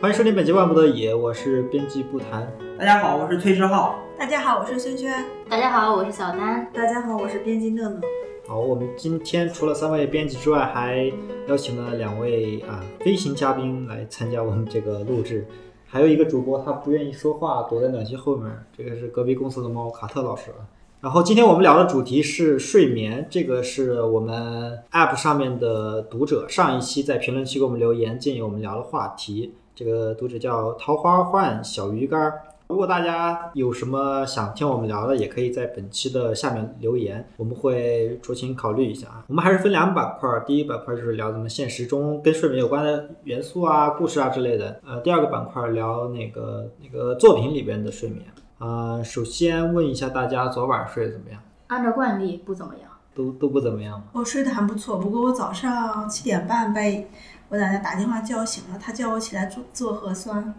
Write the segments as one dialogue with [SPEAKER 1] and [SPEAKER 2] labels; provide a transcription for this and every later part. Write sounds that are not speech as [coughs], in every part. [SPEAKER 1] 欢迎收听本期《万不得已》，我是编辑不谈。
[SPEAKER 2] 大家好，我是崔志浩。
[SPEAKER 3] [laughs]
[SPEAKER 4] 大家好，我是轩轩。
[SPEAKER 3] 大家好，我是小丹。
[SPEAKER 4] 大家好，我是编辑乐乐。
[SPEAKER 1] 好，我们今天除了三位编辑之外，还邀请了两位啊飞行嘉宾来参加我们这个录制，还有一个主播他不愿意说话，躲在暖气后面，这个是隔壁公司的猫卡特老师啊。然后今天我们聊的主题是睡眠，这个是我们 App 上面的读者上一期在评论区给我们留言建议我们聊的话题。这个读者叫桃花幻小鱼干儿。如果大家有什么想听我们聊的，也可以在本期的下面留言，我们会酌情考虑一下啊。我们还是分两板块儿，第一板块就是聊咱们现实中跟睡眠有关的元素啊、故事啊之类的，呃，第二个板块聊那个那个作品里边的睡眠。呃，首先问一下大家，昨晚睡得怎么样？
[SPEAKER 3] 按照惯例不怎么样，
[SPEAKER 1] 都都不怎么样吗？
[SPEAKER 4] 我睡得还不错，不过我早上七点半被我奶奶打电话叫醒了，她叫我起来做做核酸，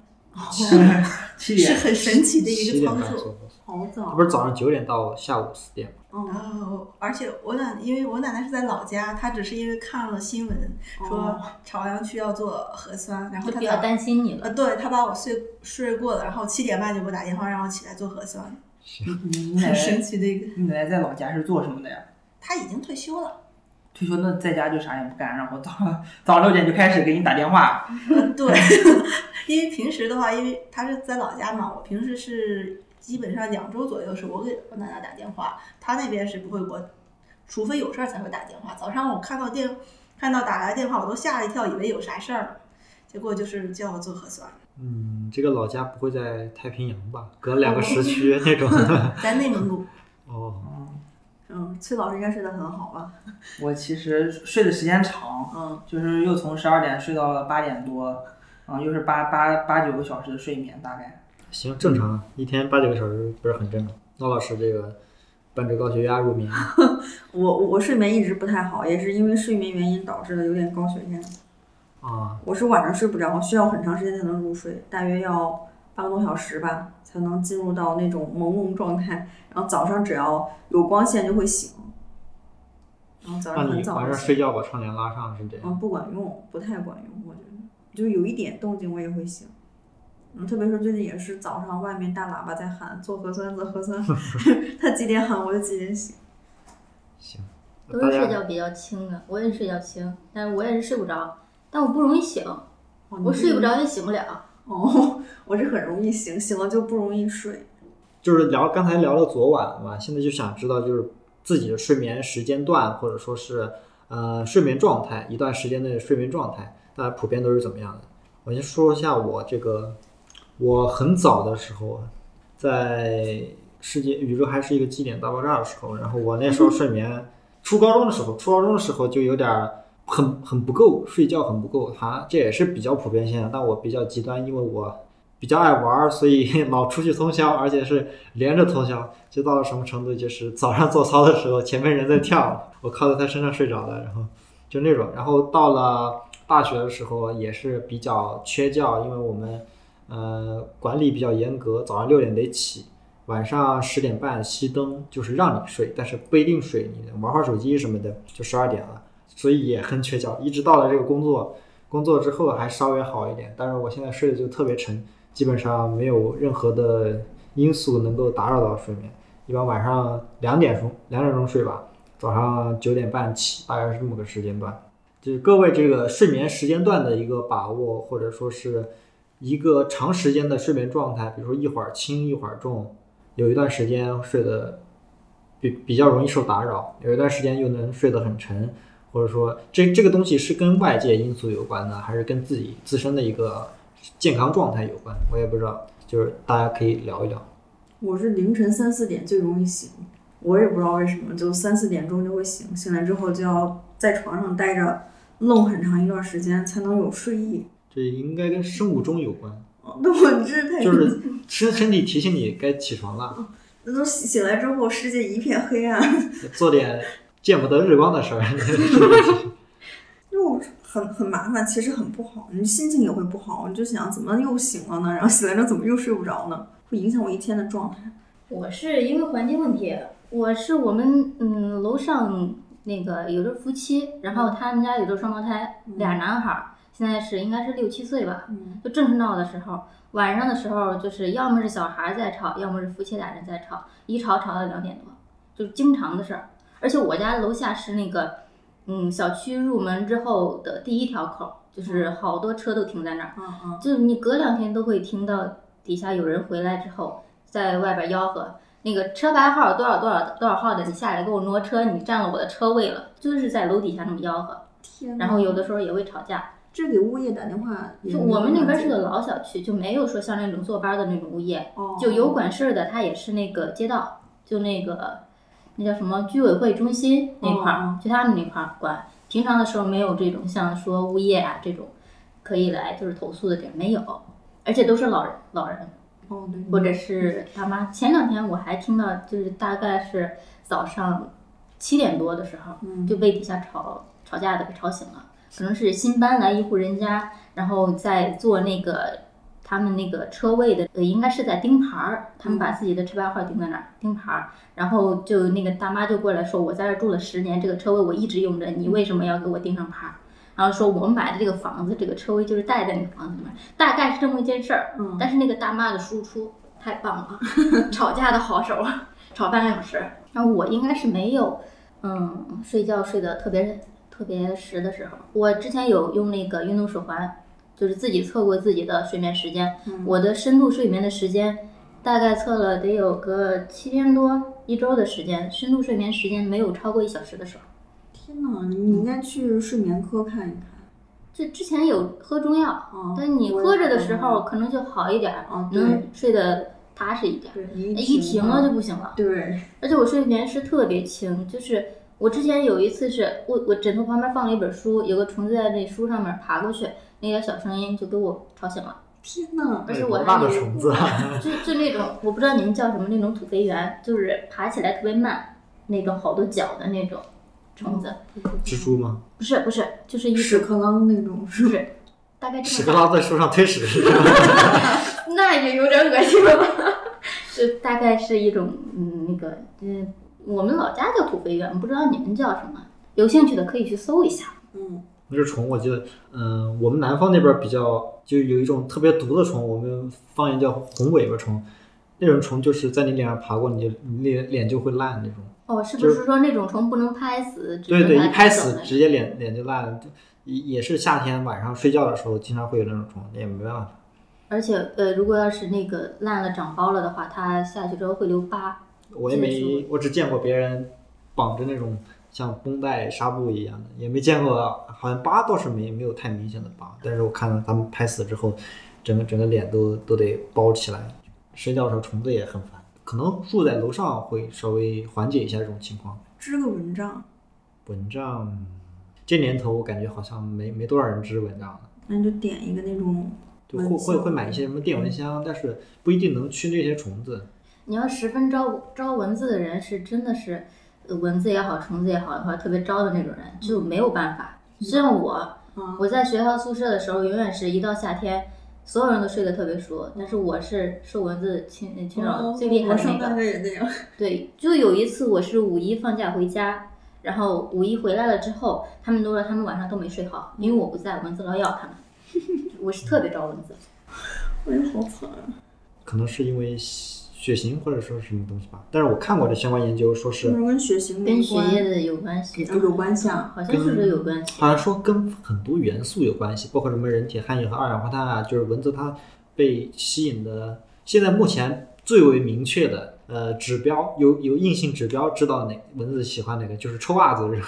[SPEAKER 2] 七
[SPEAKER 4] 是
[SPEAKER 2] 点，
[SPEAKER 4] 很神奇的
[SPEAKER 1] 七
[SPEAKER 4] 一个
[SPEAKER 1] 点
[SPEAKER 4] 操
[SPEAKER 1] 半
[SPEAKER 4] 作。
[SPEAKER 1] 做核酸，
[SPEAKER 3] 好早
[SPEAKER 1] 不是早上九点到下午四点吗？
[SPEAKER 3] 嗯，
[SPEAKER 4] 呃，而且我奶，因为我奶奶是在老家，她只是因为看了新闻说
[SPEAKER 3] 哦
[SPEAKER 4] 朝阳区要做核酸，然后
[SPEAKER 3] 就
[SPEAKER 4] 她
[SPEAKER 3] 比较
[SPEAKER 4] 把
[SPEAKER 3] 担心你
[SPEAKER 4] 呃
[SPEAKER 3] 了。
[SPEAKER 4] 对，她把我睡睡过了，然后七点半就给我打电话让我起来做核酸，
[SPEAKER 2] 你奶
[SPEAKER 4] 很
[SPEAKER 2] 奶
[SPEAKER 4] 神，奇的一个。
[SPEAKER 2] 你奶奶在老家是做什么的呀？
[SPEAKER 4] 她已经退休了，
[SPEAKER 2] 退休那在家就啥也不干，然后早 [laughs] 早上六点就开始给你打电话。
[SPEAKER 1] [laughs]
[SPEAKER 4] 嗯， [laughs] 对，因为平时的话，因为他是在老家嘛，我平时是基本上两周左右是我给我奶奶打电话，她那边是不会给我，除非有事儿才会打电话。早上我看到电看到打来电话，我都吓了一跳，以为有啥事儿，结果就是叫我做核酸，
[SPEAKER 1] 嗯，这个老家不会在太平洋吧？隔两个时区那种。
[SPEAKER 4] 在内蒙古。
[SPEAKER 1] 哦，
[SPEAKER 2] 嗯，
[SPEAKER 5] 嗯，崔老师应该睡得很好吧？
[SPEAKER 2] 我其实睡的时间长，
[SPEAKER 5] 嗯，
[SPEAKER 2] 就是又从十二点睡到了八点多，嗯，又是八八八九个小时的睡眠大概。
[SPEAKER 1] 行，正常，啊一天八九个小时不是很正常。那老师这个伴着高血压入眠，
[SPEAKER 5] 我我我睡眠一直不太好，也是因为睡眠原因导致的有点高血压。
[SPEAKER 1] 啊，
[SPEAKER 5] 我是晚上睡不着，需要很长时间才能入睡，大约要半个多小时吧，才能进入到那种朦胧状态。然后早上只要有光线就会醒，然后早
[SPEAKER 1] 那
[SPEAKER 5] 上很
[SPEAKER 1] 你
[SPEAKER 5] 早
[SPEAKER 1] 晚
[SPEAKER 5] 就
[SPEAKER 1] 上
[SPEAKER 5] 醒。
[SPEAKER 1] 睡觉把窗帘拉上是这样？
[SPEAKER 5] 嗯，不管用，不太管用，我觉得就有一点动静我也会醒。嗯，特别是最近也是早上外面大喇叭在喊做核酸做核
[SPEAKER 1] [laughs]
[SPEAKER 5] 酸， [laughs] 他几点喊我就几点醒。
[SPEAKER 1] 行，
[SPEAKER 3] 都
[SPEAKER 1] 大
[SPEAKER 3] 是睡
[SPEAKER 1] 家
[SPEAKER 3] 觉比较轻的，我也是睡觉轻，但是我也是睡不着，但我不容易醒，我睡哦不着也醒不了。
[SPEAKER 5] [laughs] 哦，我是很容易醒，醒了就不容易睡。
[SPEAKER 1] 就是聊刚才聊了昨晚了嘛，现在就想知道就是自己的睡眠时间段，或者说是呃睡眠状态，一段时间的睡眠状态，大家普遍都是怎么样的？我先说一下我这个，我很早的时候，啊在世界宇宙还是一个基点大爆炸的时候，然后我那时候睡眠，初高中的时候，初高中的时候就有点儿很很不够，睡觉很不够，它这也是比较普遍现象，但我比较极端，因为我比较爱玩儿，所以 [laughs] 老出去通宵，而且是连着通宵，就到了什么程度，就是早上做操的时候，前面人在跳，我靠在他身上睡着了，然后就那种。然后到了大学的时候也是比较缺觉，因为我们呃管理比较严格，早上六点得起，晚上十点半熄灯，就是让你睡，但是不一定睡你，玩会儿手机什么的，就十二点了，所以也很缺觉。一直到了这个工作。工作之后还稍微好一点，但是我现在睡得就特别沉，基本上没有任何的因素能够打扰到睡眠。一般晚上两点钟两点钟睡吧，早上九点半起，大概是这么个时间段。就是各位这个睡眠时间段的一个把握，或者说是一个长时间的睡眠状态，比如说一会儿轻一会儿重，有一段时间睡得比比较容易受打扰，有一段时间又能睡得很沉，或者说这这个东西是跟外界因素有关的，还是跟自己自身的一个健康状态有关？我也不知道，就是大家可以聊一聊。
[SPEAKER 5] 我是凌晨三四点最容易醒，我也不知道为什么，就三四点钟就会醒，醒来之后就要在床上待着愣很长一段时间才能有睡意。
[SPEAKER 1] 这应该跟生物钟有关，
[SPEAKER 5] 哦那我这太
[SPEAKER 1] 就是身身体提醒你该起床了，
[SPEAKER 5] 那都醒醒来之后世界一片黑暗，
[SPEAKER 1] 做点见不得日光的事儿。
[SPEAKER 5] 就很很麻烦，其实很不好，你心情也会不好，你就想怎么又醒了呢？然后醒来之后怎么又睡不着呢？会影响我一天的状态。
[SPEAKER 3] 我是因为环境问题，我是我们嗯嗯楼上那个有对夫妻，然后他们家有对双胞胎，俩男孩儿，现在是应该是六七岁吧，
[SPEAKER 5] 嗯
[SPEAKER 3] 就正是闹的时候，晚上的时候就是要么是小孩在吵，要么是夫妻俩人在吵，一吵吵到两点多，就是经常的事儿。而且我家楼下是那个，嗯，小区入门之后的第一条口，就是好多车都停在那儿，
[SPEAKER 5] 嗯嗯，
[SPEAKER 3] 就是你隔两天都会听到底下有人回来之后在外边吆喝。那个车牌号多少多少多少号的，你下来给我挪车，你占了我的车位了，就是在楼底下那么吆喝，
[SPEAKER 5] 天哪
[SPEAKER 3] 然后有的时候也会吵架，
[SPEAKER 5] 这给物业打电话也
[SPEAKER 3] 就
[SPEAKER 5] 没
[SPEAKER 3] 我们那
[SPEAKER 5] 办法
[SPEAKER 3] 边
[SPEAKER 5] 解
[SPEAKER 3] 是
[SPEAKER 5] 决
[SPEAKER 3] 个老小区，就没有说像那种坐班的那种物业，
[SPEAKER 5] 哦
[SPEAKER 3] 就有管事儿的，他也是那个街道，就那个那叫什么居委会中心那块儿，就他们那块儿管。平常的时候没有这种像说物业啊这种可以来就是投诉的点没有，而且都是老人老人
[SPEAKER 5] 哦对，
[SPEAKER 3] 或者是爸妈。前两天我还听到就是大概是早上七点多的时候，
[SPEAKER 5] 嗯
[SPEAKER 3] 就被底下吵吵架的给吵醒了。可能是新搬来一户人家，然后在做那个他们那个车位的，呃，应该是在钉牌儿，他们把自己的车牌号钉在那儿，钉牌儿。然后就那个大妈就过来说，我在这儿住了十年，这个车位我一直用着，你为什么要给我钉上牌儿？然后说我们买的这个房子，这个车位就是带在那个房子里面，大概是这么一件事儿。
[SPEAKER 5] 嗯
[SPEAKER 3] 但是那个大妈的输出太棒了， [laughs] 吵架的好手，吵半个小时。然后我应该是没有，嗯，睡觉睡得特别特别实的时候。我之前有用那个运动手环，就是自己测过自己的睡眠时间，我的深度睡眠的时间大概测了得有个七天多一周的时间，深度睡眠时间没有超过一小时的时候。
[SPEAKER 5] 天哪，你应该去睡眠科看一看。
[SPEAKER 3] 就之前有喝中药，
[SPEAKER 5] 哦
[SPEAKER 3] 但你
[SPEAKER 5] 我也
[SPEAKER 3] 喝着的
[SPEAKER 5] 喝
[SPEAKER 3] 时
[SPEAKER 5] 中
[SPEAKER 3] 候
[SPEAKER 5] 药
[SPEAKER 3] 可能就好一点儿，
[SPEAKER 5] 哦对
[SPEAKER 3] 能睡得踏实一点儿。
[SPEAKER 5] 对，
[SPEAKER 3] 哎一停了就不行了，
[SPEAKER 5] 对，
[SPEAKER 3] 而且我睡眠是特别轻，就是我之前有一次是我我枕头旁边放了一本书，有个虫子在那书上面爬过去，那点小声音就给我吵醒了，
[SPEAKER 5] 天哪，
[SPEAKER 3] 而且
[SPEAKER 1] 哎多
[SPEAKER 3] 我还
[SPEAKER 1] 大
[SPEAKER 3] 有
[SPEAKER 1] 的虫子啊！
[SPEAKER 3] 就就那种我不知道你们叫什么那种土肥圆，就是爬起来特别慢，那种好多脚的那种虫子，
[SPEAKER 1] 蜘蛛吗？
[SPEAKER 3] 不是不是，就是一
[SPEAKER 5] 屎
[SPEAKER 3] 种
[SPEAKER 5] 壳郎那种是
[SPEAKER 3] 不
[SPEAKER 5] 吧？
[SPEAKER 3] 是，大概
[SPEAKER 1] 屎
[SPEAKER 3] 这
[SPEAKER 1] 壳
[SPEAKER 3] 么
[SPEAKER 1] 郎在树上推屎，
[SPEAKER 3] 大， [laughs] 那也有点恶心了，就大概 [laughs] 是一种嗯那个嗯，我们老家叫土肥圆，不知道你们叫什么，有兴趣的可以去搜一下。
[SPEAKER 5] 嗯，
[SPEAKER 1] 那只虫，我记得，嗯，我们南方那边比较就有一种特别毒的虫，我们方言叫红尾巴虫，那种虫就是在你脸上爬过，你就你脸脸就会烂那种。
[SPEAKER 3] 哦，是不
[SPEAKER 1] 就是
[SPEAKER 3] 说那种虫不能拍死？只
[SPEAKER 1] 对
[SPEAKER 3] 能
[SPEAKER 1] 对，
[SPEAKER 3] 把
[SPEAKER 1] 一
[SPEAKER 3] 它
[SPEAKER 1] 拍
[SPEAKER 3] 吃
[SPEAKER 1] 死
[SPEAKER 3] 走
[SPEAKER 1] 直接脸脸就烂了。也也是夏天晚上睡觉的时候，经常会有那种虫，也没办法。
[SPEAKER 3] 而且呃，如果要是那个烂了长包了的话，它下去之后会留疤。
[SPEAKER 1] 我也没，我只见过别人绑着那种像绷带、纱布一样的，也没见过，好像疤倒是没没有太明显的疤，但是我看到他们拍死之后，整个整个脸都都得包起来。睡觉的时候虫子也很烦，可能住在楼上会稍微缓解一下这种情况。
[SPEAKER 5] 织个蚊帐，
[SPEAKER 1] 蚊帐，这年头我感觉好像没没多少人织蚊帐了。
[SPEAKER 5] 那你就点一个那种
[SPEAKER 1] 就
[SPEAKER 5] 蚊
[SPEAKER 1] 会会
[SPEAKER 5] 香
[SPEAKER 1] 会买一些什么电蚊香，但是不一定能驱那些虫子。
[SPEAKER 3] 你要十分招招蚊子的人，是真的是呃蚊子也好，虫子也好，或者特别招的那种人，就没有办法。像我，
[SPEAKER 5] 啊，
[SPEAKER 3] 我在学校宿舍的时候，永远是一到夏天，所有人都睡得特别熟，但是我是受蚊子侵呃侵扰
[SPEAKER 5] 哦
[SPEAKER 3] 最厉害
[SPEAKER 5] 我
[SPEAKER 3] 的那
[SPEAKER 5] 上
[SPEAKER 3] 个
[SPEAKER 5] 大。学也那样，
[SPEAKER 3] 对，就有一次我是五一放假回家，然后五一回来了之后，他们都说他们晚上都没睡好，因为我不在，蚊子老咬他们。 [laughs] 我是特别招蚊子，
[SPEAKER 5] 哎呀，好惨啊！
[SPEAKER 1] 可能是因为血型或者说什么东西吧。但是我看过这相关研究，说
[SPEAKER 5] 就是是跟血型
[SPEAKER 3] 跟
[SPEAKER 5] 有
[SPEAKER 3] 血
[SPEAKER 5] 关
[SPEAKER 3] 液的有关系，
[SPEAKER 5] 有有关系啊，
[SPEAKER 3] 好像是不是有关系？
[SPEAKER 1] 好像说跟很多元素有关系，包括什么人体汗液和二氧化碳啊，就是蚊子它被吸引的。现在目前最为明确的呃指标，有有硬性指标知道哪蚊子喜欢哪个，就是臭袜子人。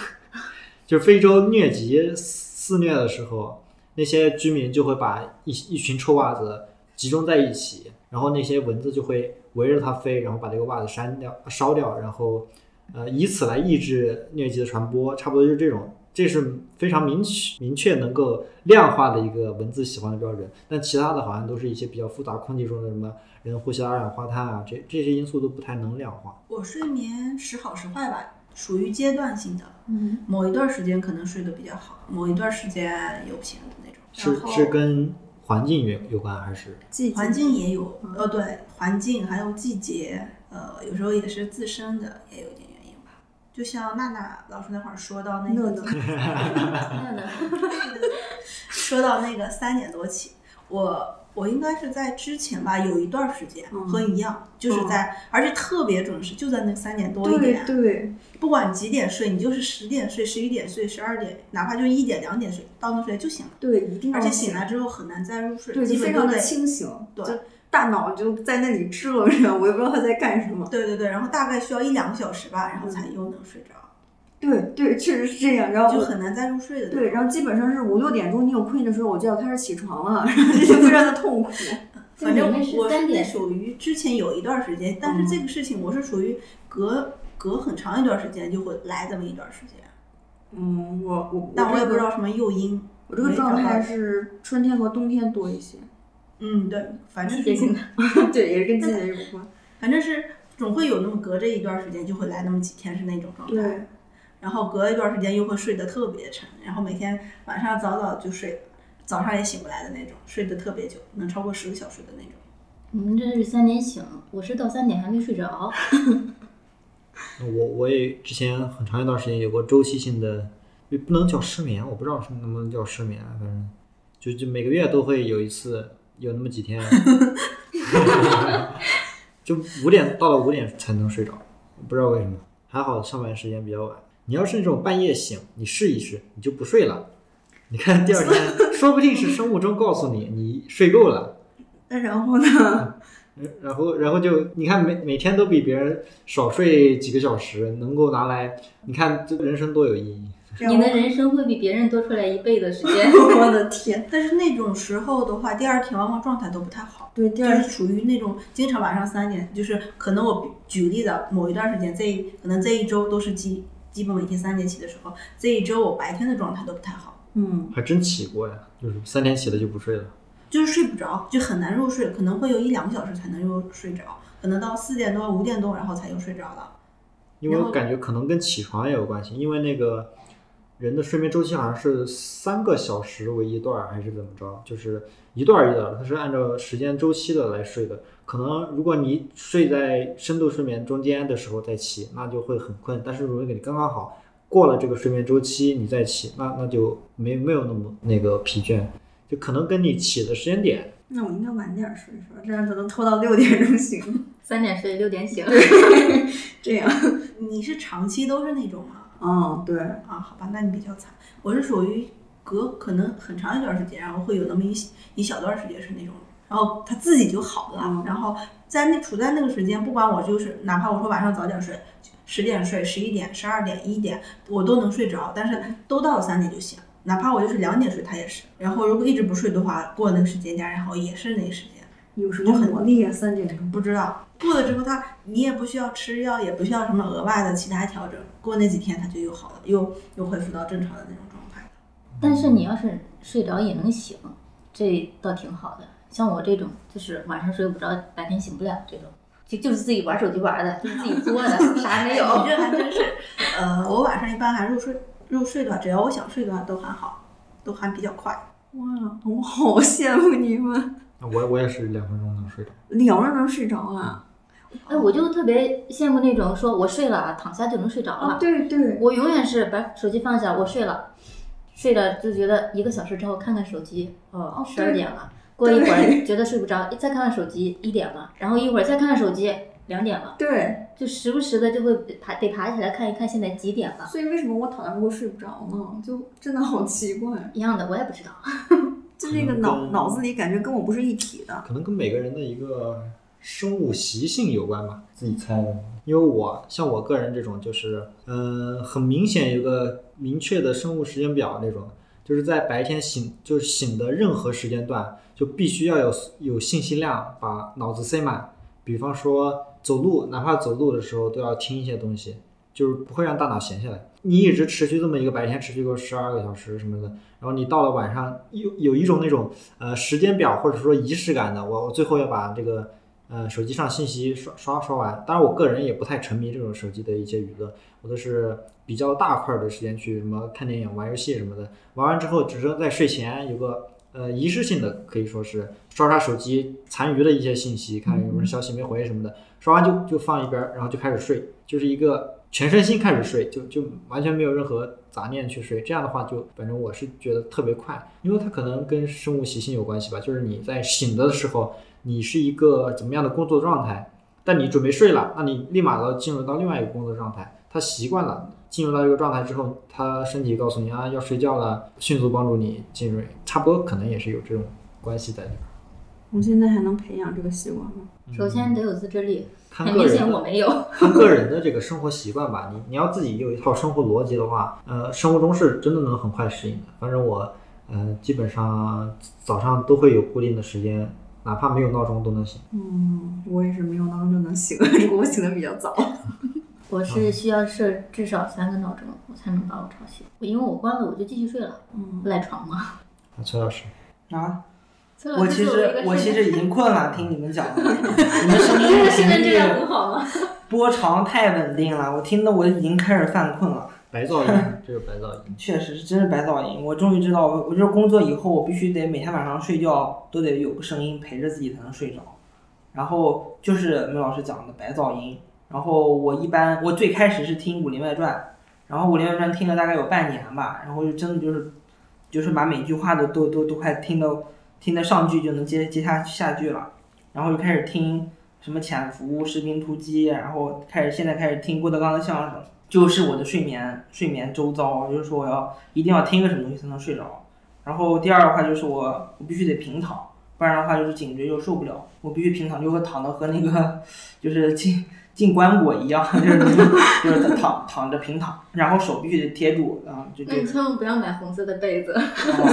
[SPEAKER 1] 就是非洲疟疾肆虐的呃时候，那些居民就会把一一群臭袜子集中在一起，然后那些蚊子就会围着它飞，然后把这个袜子删掉、啊烧掉，然后呃以此来抑制疟疾的传播，差不多就是这种。这是非常明确、明确能够量化的一个蚊子喜欢的标准，但其他的好像都是一些比较复杂空气中的什么人呼吸的二氧化碳啊，这这些因素都不太能量化。
[SPEAKER 4] 我睡眠时好时坏吧，属于阶段性的，
[SPEAKER 5] 嗯，
[SPEAKER 4] 某一段时间可能睡得比较好，某一段时间又不行的那种。
[SPEAKER 1] 是
[SPEAKER 4] 然后
[SPEAKER 1] 是跟环境有有关还是？
[SPEAKER 5] 季节
[SPEAKER 4] 环境也有，
[SPEAKER 5] 嗯
[SPEAKER 4] 呃、对，环境还有季节，呃，有时候也是自身的也有一点原因吧。就像娜娜老师那会儿说到那
[SPEAKER 5] 那
[SPEAKER 4] 个
[SPEAKER 5] 呢， [laughs]
[SPEAKER 3] 那呢？
[SPEAKER 4] [laughs] 说到那个三点多起，我我应该是在之前吧，有一段时间
[SPEAKER 5] 嗯
[SPEAKER 4] 和你一样，就是在，而且特别准时，就在那三点多一
[SPEAKER 5] 对
[SPEAKER 4] 点，
[SPEAKER 5] 对，
[SPEAKER 4] 不管你几点睡，你就是十点睡、十一点睡、十二点，哪怕就一点、两点睡，到那睡就醒了，
[SPEAKER 5] 对，一定要
[SPEAKER 4] 而且醒来之后很难再入睡，
[SPEAKER 5] 嗯对，
[SPEAKER 4] 基
[SPEAKER 5] 就非
[SPEAKER 4] 本
[SPEAKER 5] 常
[SPEAKER 4] 都
[SPEAKER 5] 的
[SPEAKER 4] 得
[SPEAKER 5] 清醒，
[SPEAKER 4] 对
[SPEAKER 5] 就大脑就在那里支棱着，我也不知道他在干什么。
[SPEAKER 4] 对对对，然后大概需要一两个小时吧，然后才
[SPEAKER 5] 嗯
[SPEAKER 4] 又能睡着，
[SPEAKER 5] 对对，确实是这样。然后
[SPEAKER 4] 就
[SPEAKER 5] 我
[SPEAKER 4] 很难再入睡的。
[SPEAKER 5] 对，然后基本上是五六点钟，你有困意的时候，我就要开始起床 [laughs] 了，然后就非常的 [laughs] 痛苦。
[SPEAKER 4] 反正
[SPEAKER 3] 那你们是
[SPEAKER 4] 我
[SPEAKER 3] 三
[SPEAKER 4] 是
[SPEAKER 3] 点
[SPEAKER 4] 属于之前有一段时间，
[SPEAKER 5] 嗯
[SPEAKER 4] 但是这个事情我是属于隔隔很长一段时间就会来这么一段时间，
[SPEAKER 5] 嗯，我我
[SPEAKER 4] 但我也
[SPEAKER 5] 这
[SPEAKER 4] 不
[SPEAKER 5] 个
[SPEAKER 4] 知道什么诱因。
[SPEAKER 5] 我这个
[SPEAKER 4] 没找
[SPEAKER 5] 状
[SPEAKER 4] 到
[SPEAKER 5] 态是春天和冬天多一 [laughs] 些，
[SPEAKER 4] 嗯，对，反正
[SPEAKER 3] 季节
[SPEAKER 4] 是
[SPEAKER 3] 性的，
[SPEAKER 5] 对，也是跟季节有关。
[SPEAKER 4] 反正是总会有那么隔着一段时间就会来那么几天是那种状态，
[SPEAKER 5] 对，
[SPEAKER 4] 然后隔一段时间又会睡得特别沉，然后每天晚上早早就睡，早上也醒不来的那种，睡得特别久，能超过十个小时的那种。
[SPEAKER 3] 你们这是三点醒，我是到三点还没睡着。
[SPEAKER 1] 我我也之前很长一段时间有过周期性的，也不能叫失眠，我不知道是能不能叫失眠，啊反正就就每个月都会有一次，有那么几天，就五点到了五点才能睡着，不知道为什么。还好上班时间比较晚，你要是那种半夜醒，你试一试，你就不睡了。你看第二天，说不定是生物钟告诉你你睡够了，
[SPEAKER 5] 那然后呢？ [laughs]
[SPEAKER 1] 然后，然后就你看每每天都比别人少睡几个小时，能够拿来，你看这人生多有意义。
[SPEAKER 5] 然
[SPEAKER 3] 你
[SPEAKER 5] 后
[SPEAKER 3] 的人生会比别人多出来一倍的时间。
[SPEAKER 5] 我的天，
[SPEAKER 4] 但是那种时候的话，第二天往往状态都不太好。
[SPEAKER 5] 对，第
[SPEAKER 4] 就
[SPEAKER 5] 二
[SPEAKER 4] 是属于那种经常晚上三点，就是可能我举例的某一段时间，这一可能这一周都是基基本每天三点起的时候，这一周我白天的状态都不太好，
[SPEAKER 5] 嗯，
[SPEAKER 1] 还真起过呀，就是三点起了就不睡了。
[SPEAKER 4] 就是睡不着，就很难入睡，可能会有一两个小时才能入睡着，可能到四点多五点多然后才又睡着了。
[SPEAKER 1] 因为
[SPEAKER 4] 然
[SPEAKER 1] 我
[SPEAKER 4] 后
[SPEAKER 1] 感觉可能跟起床也有关系，因为那个人的睡眠周期好像是三个小时为一段儿，还是怎么着？就是一段儿一段儿，它是按照时间周期的来睡的。可能如果你睡在深度睡眠中间的时候再起，那就会很困；但是如果你刚刚好过了这个睡眠周期，你再起，那那就没没有那么那个疲倦，就可能跟你起的时间点
[SPEAKER 5] 那我应该晚点睡睡，这样才能拖到六点钟醒。
[SPEAKER 3] 三点睡，六点醒。
[SPEAKER 5] 这 [laughs] 样，
[SPEAKER 4] 你是长期都是那种吗？
[SPEAKER 5] 嗯，对，
[SPEAKER 4] 啊，好吧，那你比较惨，我是属于隔可能很长一段时间，然后会有那么一一小段时间是那种，然后他自己就好了，
[SPEAKER 5] 嗯
[SPEAKER 4] 然后在那处在那个时间，不管我就是哪怕我说晚上早点睡，十点睡、十一点、十二点、一点，我都能睡着，但是都到了三点就醒，哪怕我就是两点睡，他也是。然后如果一直不睡的话，过了那个时间点，然后也是那个时间。
[SPEAKER 5] 有什么魔力啊？三点钟，
[SPEAKER 4] 不知道过了之后他，你也不需要吃药，也不需要什么额外的其他调整，过那几天他就又好了，又又恢复到正常的那种状态。
[SPEAKER 3] [laughs] 但是你要是睡着也能醒，这倒挺好的。像我这种，就是晚上睡不着，白天醒不了这种，就就是自己玩手机玩的，就是自己作的，啥
[SPEAKER 4] [laughs]
[SPEAKER 3] 也
[SPEAKER 4] 哎你
[SPEAKER 3] 没有。
[SPEAKER 4] 这还真是，呃，我晚上一般还入睡，入睡的话，只要我想睡的话都还好，都还比较快。
[SPEAKER 5] 哇，我好羡慕你们，
[SPEAKER 1] 我我也是两分钟能睡着。
[SPEAKER 5] 两个人能睡着啊？
[SPEAKER 3] 哎，我就特别羡慕那种说我睡了啊，躺下就能睡着
[SPEAKER 4] 哦
[SPEAKER 3] 了。
[SPEAKER 5] 哦对对，
[SPEAKER 3] 我永远是把手机放下，我睡了，睡了就觉得一个小时之后看看手机，哦
[SPEAKER 5] 哦，
[SPEAKER 3] 十
[SPEAKER 5] 对
[SPEAKER 3] 二点了。过一会儿觉得睡不着，再看看手机，一点了，然后一会儿再看看手机，两点了，
[SPEAKER 5] 对，
[SPEAKER 3] 就时不时的就会爬得爬起来看一看现在几点了。
[SPEAKER 5] 所以为什么我躺在屋睡不着呢？就真的好奇怪，
[SPEAKER 3] 一样的，我也不知道。
[SPEAKER 5] 就那个脑脑子里感觉跟我不是一体的。
[SPEAKER 1] 可能跟每个人的一个生物习性有关吧，自己猜的。因为我像我个人这种，就是呃，很明显有个明确的生物时间表那种，就是在白天醒，就是醒的任何时间段，就必须要有有信息量把脑子塞满。比方说走路，哪怕走路的时候都要听一些东西，就是不会让大脑闲下来。你一直持续这么一个白天持续个十二个小时什么的，然后你到了晚上有有一种那种呃时间表或者说仪式感的，我我最后要把这个呃手机上信息刷刷刷完。当然，我个人也不太沉迷这种手机的一些娱乐，我都是比较大块儿的时间去什么看电影、玩游戏什么的。玩完之后，只是在睡前有个呃仪式性的，可以说是刷刷手机残余的一些信息，看有没有消息没回什么的。刷完就就放一边儿，然后就开始睡，就是一个全身心开始睡，就就完全没有任何杂念去睡。这样的话就，反正我是觉得特别快，因为它可能跟生物习性有关系吧。就是你在醒着的时候，你是一个怎么样的工作状态，但你准备睡了，那你立马要进入到另外一个工作状态。它习惯了进入到这个状态之后，它身体告诉你啊要睡觉了，迅速帮助你进入，差不多可能也是有这种关系在里面。
[SPEAKER 5] 我们现在还能培养这个习惯吗？
[SPEAKER 3] 首先得有自制力，
[SPEAKER 1] 看
[SPEAKER 3] 很
[SPEAKER 1] 个
[SPEAKER 3] 明
[SPEAKER 1] 人
[SPEAKER 3] 显
[SPEAKER 1] 的
[SPEAKER 3] 我
[SPEAKER 1] [laughs]
[SPEAKER 3] 没有。
[SPEAKER 1] 看个人的这个生活习惯吧，你你要自己有一套生活逻辑的话，呃，生活中是真的能很快适应的。反正我，呃，基本上早上都会有固定的时间，哪怕没有闹钟都能醒。
[SPEAKER 5] 嗯，我也是没有闹钟就能醒，只不过我醒的比较 [laughs] 早。
[SPEAKER 3] 我是需要设至少三个闹钟，我才能把我吵醒。因为我关了，我就继续睡了，
[SPEAKER 5] 嗯，
[SPEAKER 3] 不赖床 [laughs] 嘛。
[SPEAKER 1] 啊，崔老师，
[SPEAKER 2] 啊，
[SPEAKER 3] 崔老
[SPEAKER 2] 我其
[SPEAKER 3] 师作为
[SPEAKER 2] 实
[SPEAKER 3] 一个
[SPEAKER 2] 我
[SPEAKER 3] 睡
[SPEAKER 2] 其
[SPEAKER 3] 眠
[SPEAKER 2] 实已经困
[SPEAKER 3] [laughs]
[SPEAKER 2] 了，听你们讲的，你们声
[SPEAKER 3] 真
[SPEAKER 2] 音
[SPEAKER 3] 的 [laughs] 是
[SPEAKER 2] 频
[SPEAKER 3] 能这样
[SPEAKER 2] 率
[SPEAKER 3] 很好吗？
[SPEAKER 2] 波长太稳定了，我听得我已经开始犯困了。
[SPEAKER 1] 白噪音，这是白噪音。
[SPEAKER 2] 确实是真是白噪音，我终于知道，我我就是工作以后，我必须得每天晚上睡觉都得有个声音陪着自己才能睡着。然后就是梅老师讲的白噪音，然后我一般我最开始是听《武林外传》，然后《武林外传》听了大概有半年吧，然后就真的就是就是把每句话都都都都快听到听得上句就能接接下下句了，然后就开始听什么《潜伏》《士兵突击》，然后开始现在开始听郭德纲的相声。就是我的睡眠睡眠周遭，就是说我要一定要听个什么东西才能睡着。然后第二的话就是我我必须得平躺，不然的话就是颈椎就受不了。我必须平躺，就和躺的和那个就是进进棺椁一样， [laughs] 就是就是躺躺着平躺，然后手必须得贴住啊，就
[SPEAKER 3] 那
[SPEAKER 2] 这
[SPEAKER 3] 你
[SPEAKER 2] 个。
[SPEAKER 3] 千万不要买红色的被子，
[SPEAKER 2] 啊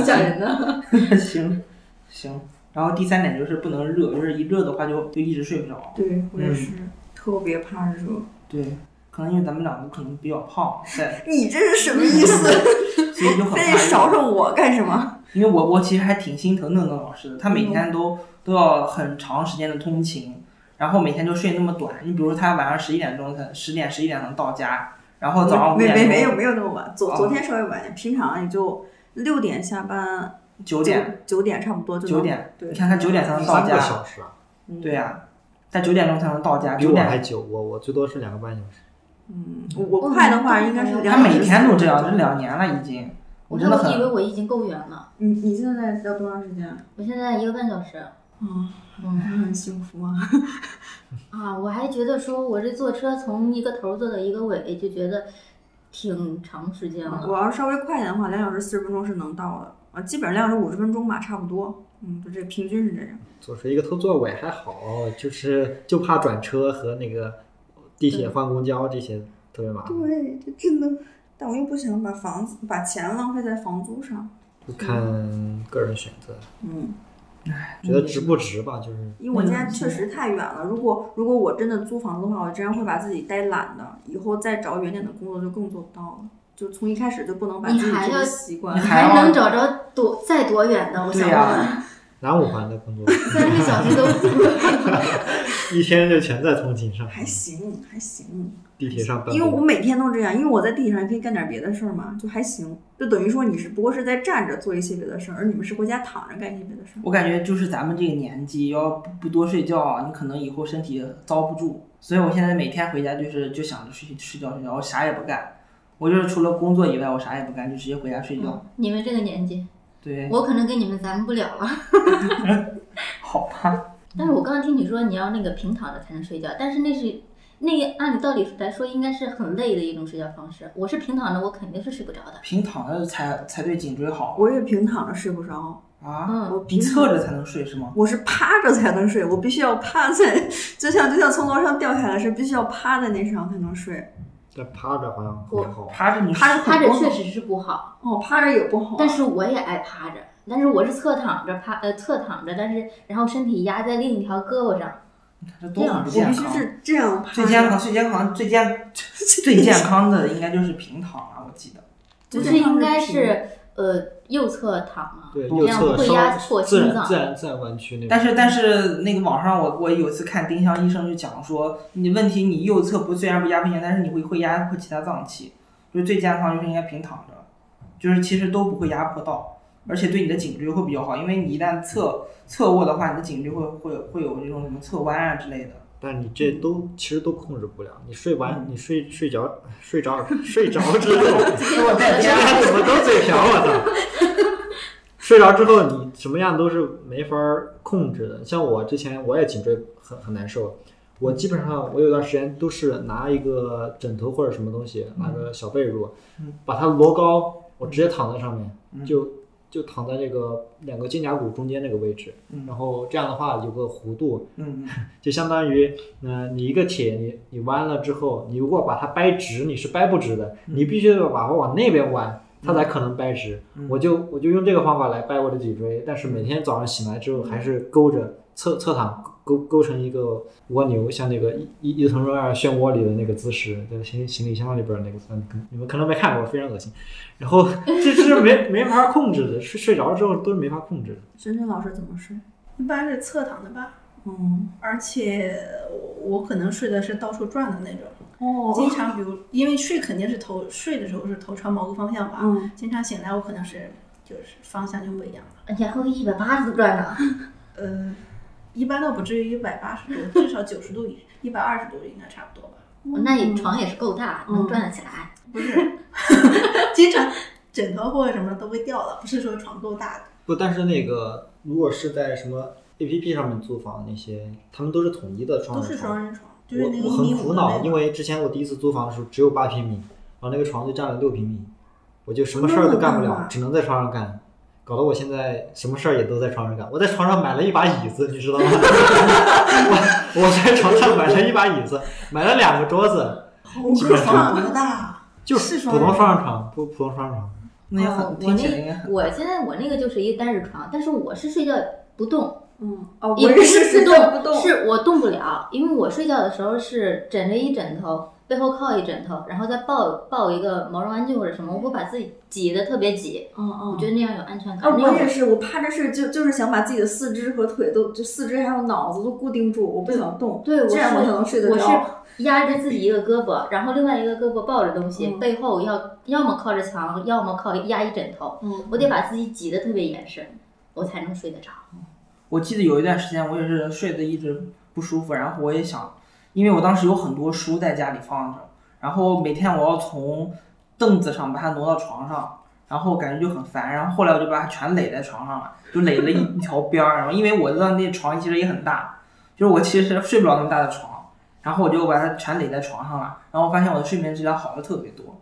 [SPEAKER 3] 吓人的。
[SPEAKER 5] [laughs]
[SPEAKER 2] 行行，然后第三点就是不能热，就是一热的话就就一直睡不着。
[SPEAKER 5] [laughs] 对我也是，
[SPEAKER 2] 嗯
[SPEAKER 5] 特别怕热。
[SPEAKER 2] 对，可能因为咱们两个可能比较胖，
[SPEAKER 5] [laughs]
[SPEAKER 2] 在
[SPEAKER 5] 你这是什么意思？
[SPEAKER 2] 所以就很怕
[SPEAKER 5] 非
[SPEAKER 2] 热
[SPEAKER 5] 得勺上我干什么？
[SPEAKER 2] 因为我我其实还挺心疼邓邓老师的，他每
[SPEAKER 5] 嗯
[SPEAKER 2] 天都、都要很长时间的通勤，然后每天就睡那么短。你比如他晚上十一点钟才十点十一点能到家，然 [laughs] 后早上五
[SPEAKER 5] 没
[SPEAKER 2] 点钟
[SPEAKER 5] 没没有没有那么晚，昨
[SPEAKER 2] 啊
[SPEAKER 5] 昨天稍微晚一点，平常也就六点下班，
[SPEAKER 2] 九
[SPEAKER 5] 九
[SPEAKER 2] 点
[SPEAKER 5] 九点差不多就能
[SPEAKER 2] 九，点，
[SPEAKER 5] 对
[SPEAKER 2] 你看他九点才能
[SPEAKER 1] [laughs]
[SPEAKER 2] 到
[SPEAKER 1] 三个
[SPEAKER 2] 家，
[SPEAKER 1] 小时啊，
[SPEAKER 5] 嗯
[SPEAKER 2] 对呀、他九点钟才能到家，
[SPEAKER 1] 比
[SPEAKER 2] 九
[SPEAKER 1] 我还
[SPEAKER 2] 点
[SPEAKER 1] 久，我我最多是两个半小时。
[SPEAKER 5] 嗯，我我
[SPEAKER 3] 哦
[SPEAKER 5] 快的话应该是
[SPEAKER 3] 他
[SPEAKER 5] 两
[SPEAKER 2] 他
[SPEAKER 5] 小时
[SPEAKER 2] 每天都这样，这两年了已经，我真的
[SPEAKER 3] 我以为
[SPEAKER 2] 很
[SPEAKER 3] 我已经够远了，
[SPEAKER 5] 你你现在要多长时间？啊
[SPEAKER 3] 我现在一个半小时。
[SPEAKER 5] 嗯，
[SPEAKER 3] 嗯
[SPEAKER 5] 很幸福啊。
[SPEAKER 3] 啊，我还觉得说我这坐车从一个头坐到一个尾，就觉得挺长时间了。
[SPEAKER 5] 我要是稍微快一点的话，两小时四十分钟是能到的啊，基本上两小时五十分钟吧，差不多。嗯，就这平均是这样。
[SPEAKER 1] 坐是一个头坐尾还好，就是就怕转车和那个地铁换公交这些特别麻烦。
[SPEAKER 5] 对，这真的，但我又不想把房子 [laughs] 把钱浪费在房租上。
[SPEAKER 1] 就看个人选择，
[SPEAKER 5] 嗯，
[SPEAKER 1] 觉得值不值吧，就是。
[SPEAKER 5] 因为我家确实太远了。如果如果我真的租房子的话，我真的会把自己待懒的，以后再找远点的工作就更做不到了。就从一开始就不能把自
[SPEAKER 3] 你
[SPEAKER 5] 己
[SPEAKER 3] 还
[SPEAKER 5] 这
[SPEAKER 3] 要
[SPEAKER 5] 个习
[SPEAKER 2] 你
[SPEAKER 3] [laughs]
[SPEAKER 5] 惯。 [laughs]
[SPEAKER 2] 还要
[SPEAKER 3] 能找着多再多远的？我
[SPEAKER 2] 对啊
[SPEAKER 3] 想
[SPEAKER 2] [laughs] 呀
[SPEAKER 3] 问，
[SPEAKER 1] 南五环的工作，
[SPEAKER 3] 三个小时都不够。
[SPEAKER 1] 一天就全在通勤上，
[SPEAKER 5] 还行，还行，
[SPEAKER 1] 地铁上办
[SPEAKER 5] 因为我
[SPEAKER 1] 公。
[SPEAKER 5] 每天都这样，因为我在地铁上也可以干点别的事儿嘛，就还行。就等于说你是不过是在站着做一些别的事儿，而你们是回家躺着干一些别的事儿。
[SPEAKER 2] 我感觉就是咱们这个年纪，要不不多睡觉啊，你可能以后身体遭不住。所以我现在每天回家就是就想着睡睡觉睡觉，我啥也不干。我就是除了工作以外，我啥也不干，就直接回家睡觉。
[SPEAKER 5] 嗯
[SPEAKER 3] 你们这个年纪，
[SPEAKER 2] 对，
[SPEAKER 3] 我可能跟你们咱们不了了。
[SPEAKER 2] 好吧，
[SPEAKER 3] 但是我刚刚听你说你要那个平躺着才能睡觉，但是那是那个按理道理来说应该是很累的一种睡觉方式。我是平躺着，我肯定是睡不着的。
[SPEAKER 2] 平躺着才才对颈椎好
[SPEAKER 5] 我也平躺着睡不着，
[SPEAKER 2] 啊。
[SPEAKER 3] 嗯，
[SPEAKER 5] 我
[SPEAKER 2] 你
[SPEAKER 5] 平
[SPEAKER 2] 侧着才能睡是吗？
[SPEAKER 5] 我是趴着才能睡，我必须要趴在， [laughs] 就像就像从楼上掉下来是必须要趴在那上才能睡。
[SPEAKER 1] 但趴着好像
[SPEAKER 3] 我
[SPEAKER 1] 还好，
[SPEAKER 2] 趴着你
[SPEAKER 5] 趴着
[SPEAKER 3] 趴着
[SPEAKER 5] 很不
[SPEAKER 3] 确
[SPEAKER 5] 好
[SPEAKER 3] 实是不好，
[SPEAKER 5] 哦，趴着也不好啊。
[SPEAKER 3] 但是我也爱趴着，但是我是侧躺着趴，呃，侧躺着，但是然后身体压在另一条胳膊上，
[SPEAKER 2] 这多
[SPEAKER 3] 这样
[SPEAKER 2] 好不
[SPEAKER 5] 啊我
[SPEAKER 2] 健
[SPEAKER 5] 必须
[SPEAKER 2] 康！啊
[SPEAKER 5] 是这样趴
[SPEAKER 2] 最健
[SPEAKER 5] 着，
[SPEAKER 2] 康、最健康、最健 [laughs] 最健康的应该就是平躺了、我记得。
[SPEAKER 5] 就
[SPEAKER 3] 不
[SPEAKER 5] 这
[SPEAKER 3] 是
[SPEAKER 5] 样
[SPEAKER 3] 应该
[SPEAKER 5] 平
[SPEAKER 3] 是呃右侧躺吗？
[SPEAKER 1] 对，
[SPEAKER 2] 这
[SPEAKER 1] 右
[SPEAKER 3] 样不
[SPEAKER 1] 侧
[SPEAKER 3] 会压迫
[SPEAKER 1] 稍自
[SPEAKER 3] 心
[SPEAKER 1] 然
[SPEAKER 3] 脏
[SPEAKER 1] 自然自然弯曲那种。
[SPEAKER 2] 但是但是那个网上我我有一次看丁香医生就讲说，你问题你右侧不虽然不压迫性，但是你会会压迫其他脏器，就是最健康就是应该平躺着，就是其实都不会压迫到，而且对你的颈椎
[SPEAKER 3] [laughs]
[SPEAKER 2] 会比较好，因为你一旦侧侧卧的话，你的颈椎会会会有这种什么侧弯啊之类的，
[SPEAKER 1] 但你这都其实都控制不了。你睡
[SPEAKER 3] 嗯
[SPEAKER 1] 完，你睡睡着，睡着，睡着之后，[laughs]
[SPEAKER 2] 我在
[SPEAKER 1] 现在怎么都嘴瓢，我操！ [laughs] 睡着之后，你什么样都是没法儿控制的。像我之前，我也颈椎很很难受，我基本上我有段时间都是拿一个枕头或者什么东西，拿个小被褥
[SPEAKER 2] 嗯，
[SPEAKER 1] 把它摞高，我直接躺在上
[SPEAKER 2] 嗯
[SPEAKER 1] 面，就就躺在这个两个肩胛骨中间这个位置
[SPEAKER 2] 嗯，
[SPEAKER 1] 然后这样的话有个弧度，
[SPEAKER 2] [laughs] 嗯嗯
[SPEAKER 1] 就相当于，嗯、你一个铁，你你弯了之后，你如果把它掰直，你是掰不直的，
[SPEAKER 2] 嗯
[SPEAKER 1] 你必须得把它往那边弯，它才可能掰直。
[SPEAKER 2] 嗯
[SPEAKER 1] 我就我就用这个方法来掰我的脊椎，但是每天早上醒来之后还是勾着侧侧躺勾勾成一个蜗牛，像那个伊伊伊藤润二漩涡里的那个姿势，就是行行李箱里边那个，嗯你们可能没看过，非常恶心。然后这是没没法控制的，睡睡着之后都是没法控制的。
[SPEAKER 5] 深深老师怎么睡？
[SPEAKER 4] 一般是侧躺的吧，
[SPEAKER 5] 嗯，
[SPEAKER 4] 而且我我可能睡的是到处转的那种，
[SPEAKER 5] 哦，
[SPEAKER 4] 经常比如因为睡肯定是头睡的时候是头朝某个方向吧，
[SPEAKER 5] 嗯，
[SPEAKER 4] 经常醒来我可能是就是方向就不一样了。
[SPEAKER 3] 你还会一百八十度转呢？
[SPEAKER 4] 呃，一般倒不至于一百八十度，至少九十度以一百二十度应该差不多吧。
[SPEAKER 3] 那你床也是够大，
[SPEAKER 5] 嗯
[SPEAKER 3] 能转得起来。
[SPEAKER 4] 不是， [laughs] 经常枕头或者什么都会掉了，不是说床够大的。
[SPEAKER 1] 不，但是那个如果是在什么 A P P 上面租房那些，他们都是统一的双
[SPEAKER 4] 都
[SPEAKER 1] 人
[SPEAKER 4] 是
[SPEAKER 1] 床
[SPEAKER 4] 双人床，就是那个
[SPEAKER 1] 我我
[SPEAKER 4] 一米
[SPEAKER 1] 很
[SPEAKER 4] 五
[SPEAKER 1] 苦
[SPEAKER 4] 的
[SPEAKER 1] 恼，
[SPEAKER 4] 那
[SPEAKER 1] 因
[SPEAKER 4] 个。
[SPEAKER 1] 为之前我第一次租房的时候只有八平米，然后那个床就占了六平米，我就什么
[SPEAKER 5] 那
[SPEAKER 1] 事儿
[SPEAKER 5] 么
[SPEAKER 1] 都干不
[SPEAKER 5] 大
[SPEAKER 1] 了
[SPEAKER 5] 啊，
[SPEAKER 1] 只能在床上干，搞得我现在什么事儿也都在床上干。我在床上买了一把椅子，你知道吗？ [laughs] 我我在床上买了一把椅子，买了两个桌子，基本
[SPEAKER 4] 床
[SPEAKER 1] 上
[SPEAKER 4] 啊多大？
[SPEAKER 1] 就是
[SPEAKER 4] 是
[SPEAKER 1] 普
[SPEAKER 4] 双
[SPEAKER 1] 通
[SPEAKER 4] 人
[SPEAKER 1] 双人床，不普通双人床。
[SPEAKER 2] 那也
[SPEAKER 3] 哦
[SPEAKER 2] 很
[SPEAKER 3] 我
[SPEAKER 2] 听起来应该
[SPEAKER 3] 那
[SPEAKER 2] 很
[SPEAKER 3] 我现在我那个就是一个单人床，但是我是睡觉不动，
[SPEAKER 5] 嗯，哦，
[SPEAKER 3] 也
[SPEAKER 5] [laughs] 我
[SPEAKER 3] 不
[SPEAKER 5] 这
[SPEAKER 3] 是
[SPEAKER 5] 睡
[SPEAKER 3] 不
[SPEAKER 5] 觉
[SPEAKER 3] 动，
[SPEAKER 5] 不动，
[SPEAKER 3] 是我动不了，因为我睡觉的时候是枕着一枕头，背后靠一枕头，然后再抱抱一个毛绒玩具或者什么，我不把自己挤得特别挤，
[SPEAKER 5] 嗯嗯
[SPEAKER 3] 我觉得那样有安全感。
[SPEAKER 5] 啊，
[SPEAKER 3] 那样
[SPEAKER 5] 我也是，我趴着睡就就是想把自己的四肢和腿都，就四肢还有脑子都固定住，我不想动，
[SPEAKER 3] 对，我
[SPEAKER 5] 这样我才能睡得
[SPEAKER 3] 我
[SPEAKER 5] 着。
[SPEAKER 3] 是压着自己一个胳膊，然后另外一个胳膊抱着东西，
[SPEAKER 5] 嗯
[SPEAKER 3] 背后要要么靠着墙，要么靠压一枕头，
[SPEAKER 5] 嗯，
[SPEAKER 3] 我得把自己挤得特别严实，我才能睡得着。
[SPEAKER 2] 我记得有一段时间我也是睡得一直不舒服，然后我也想，因为我当时有很多书在家里放着，然后每天我要从凳子上把它挪到床上，然后感觉就很烦，然后后来我就把它全垒在床上了，就垒了一一条边儿，然后因为我知道那床其实也很大，就是我其实睡不了那么大的床，然后我就把它全垒在床上了，然后发现我的睡眠质量好了特别多。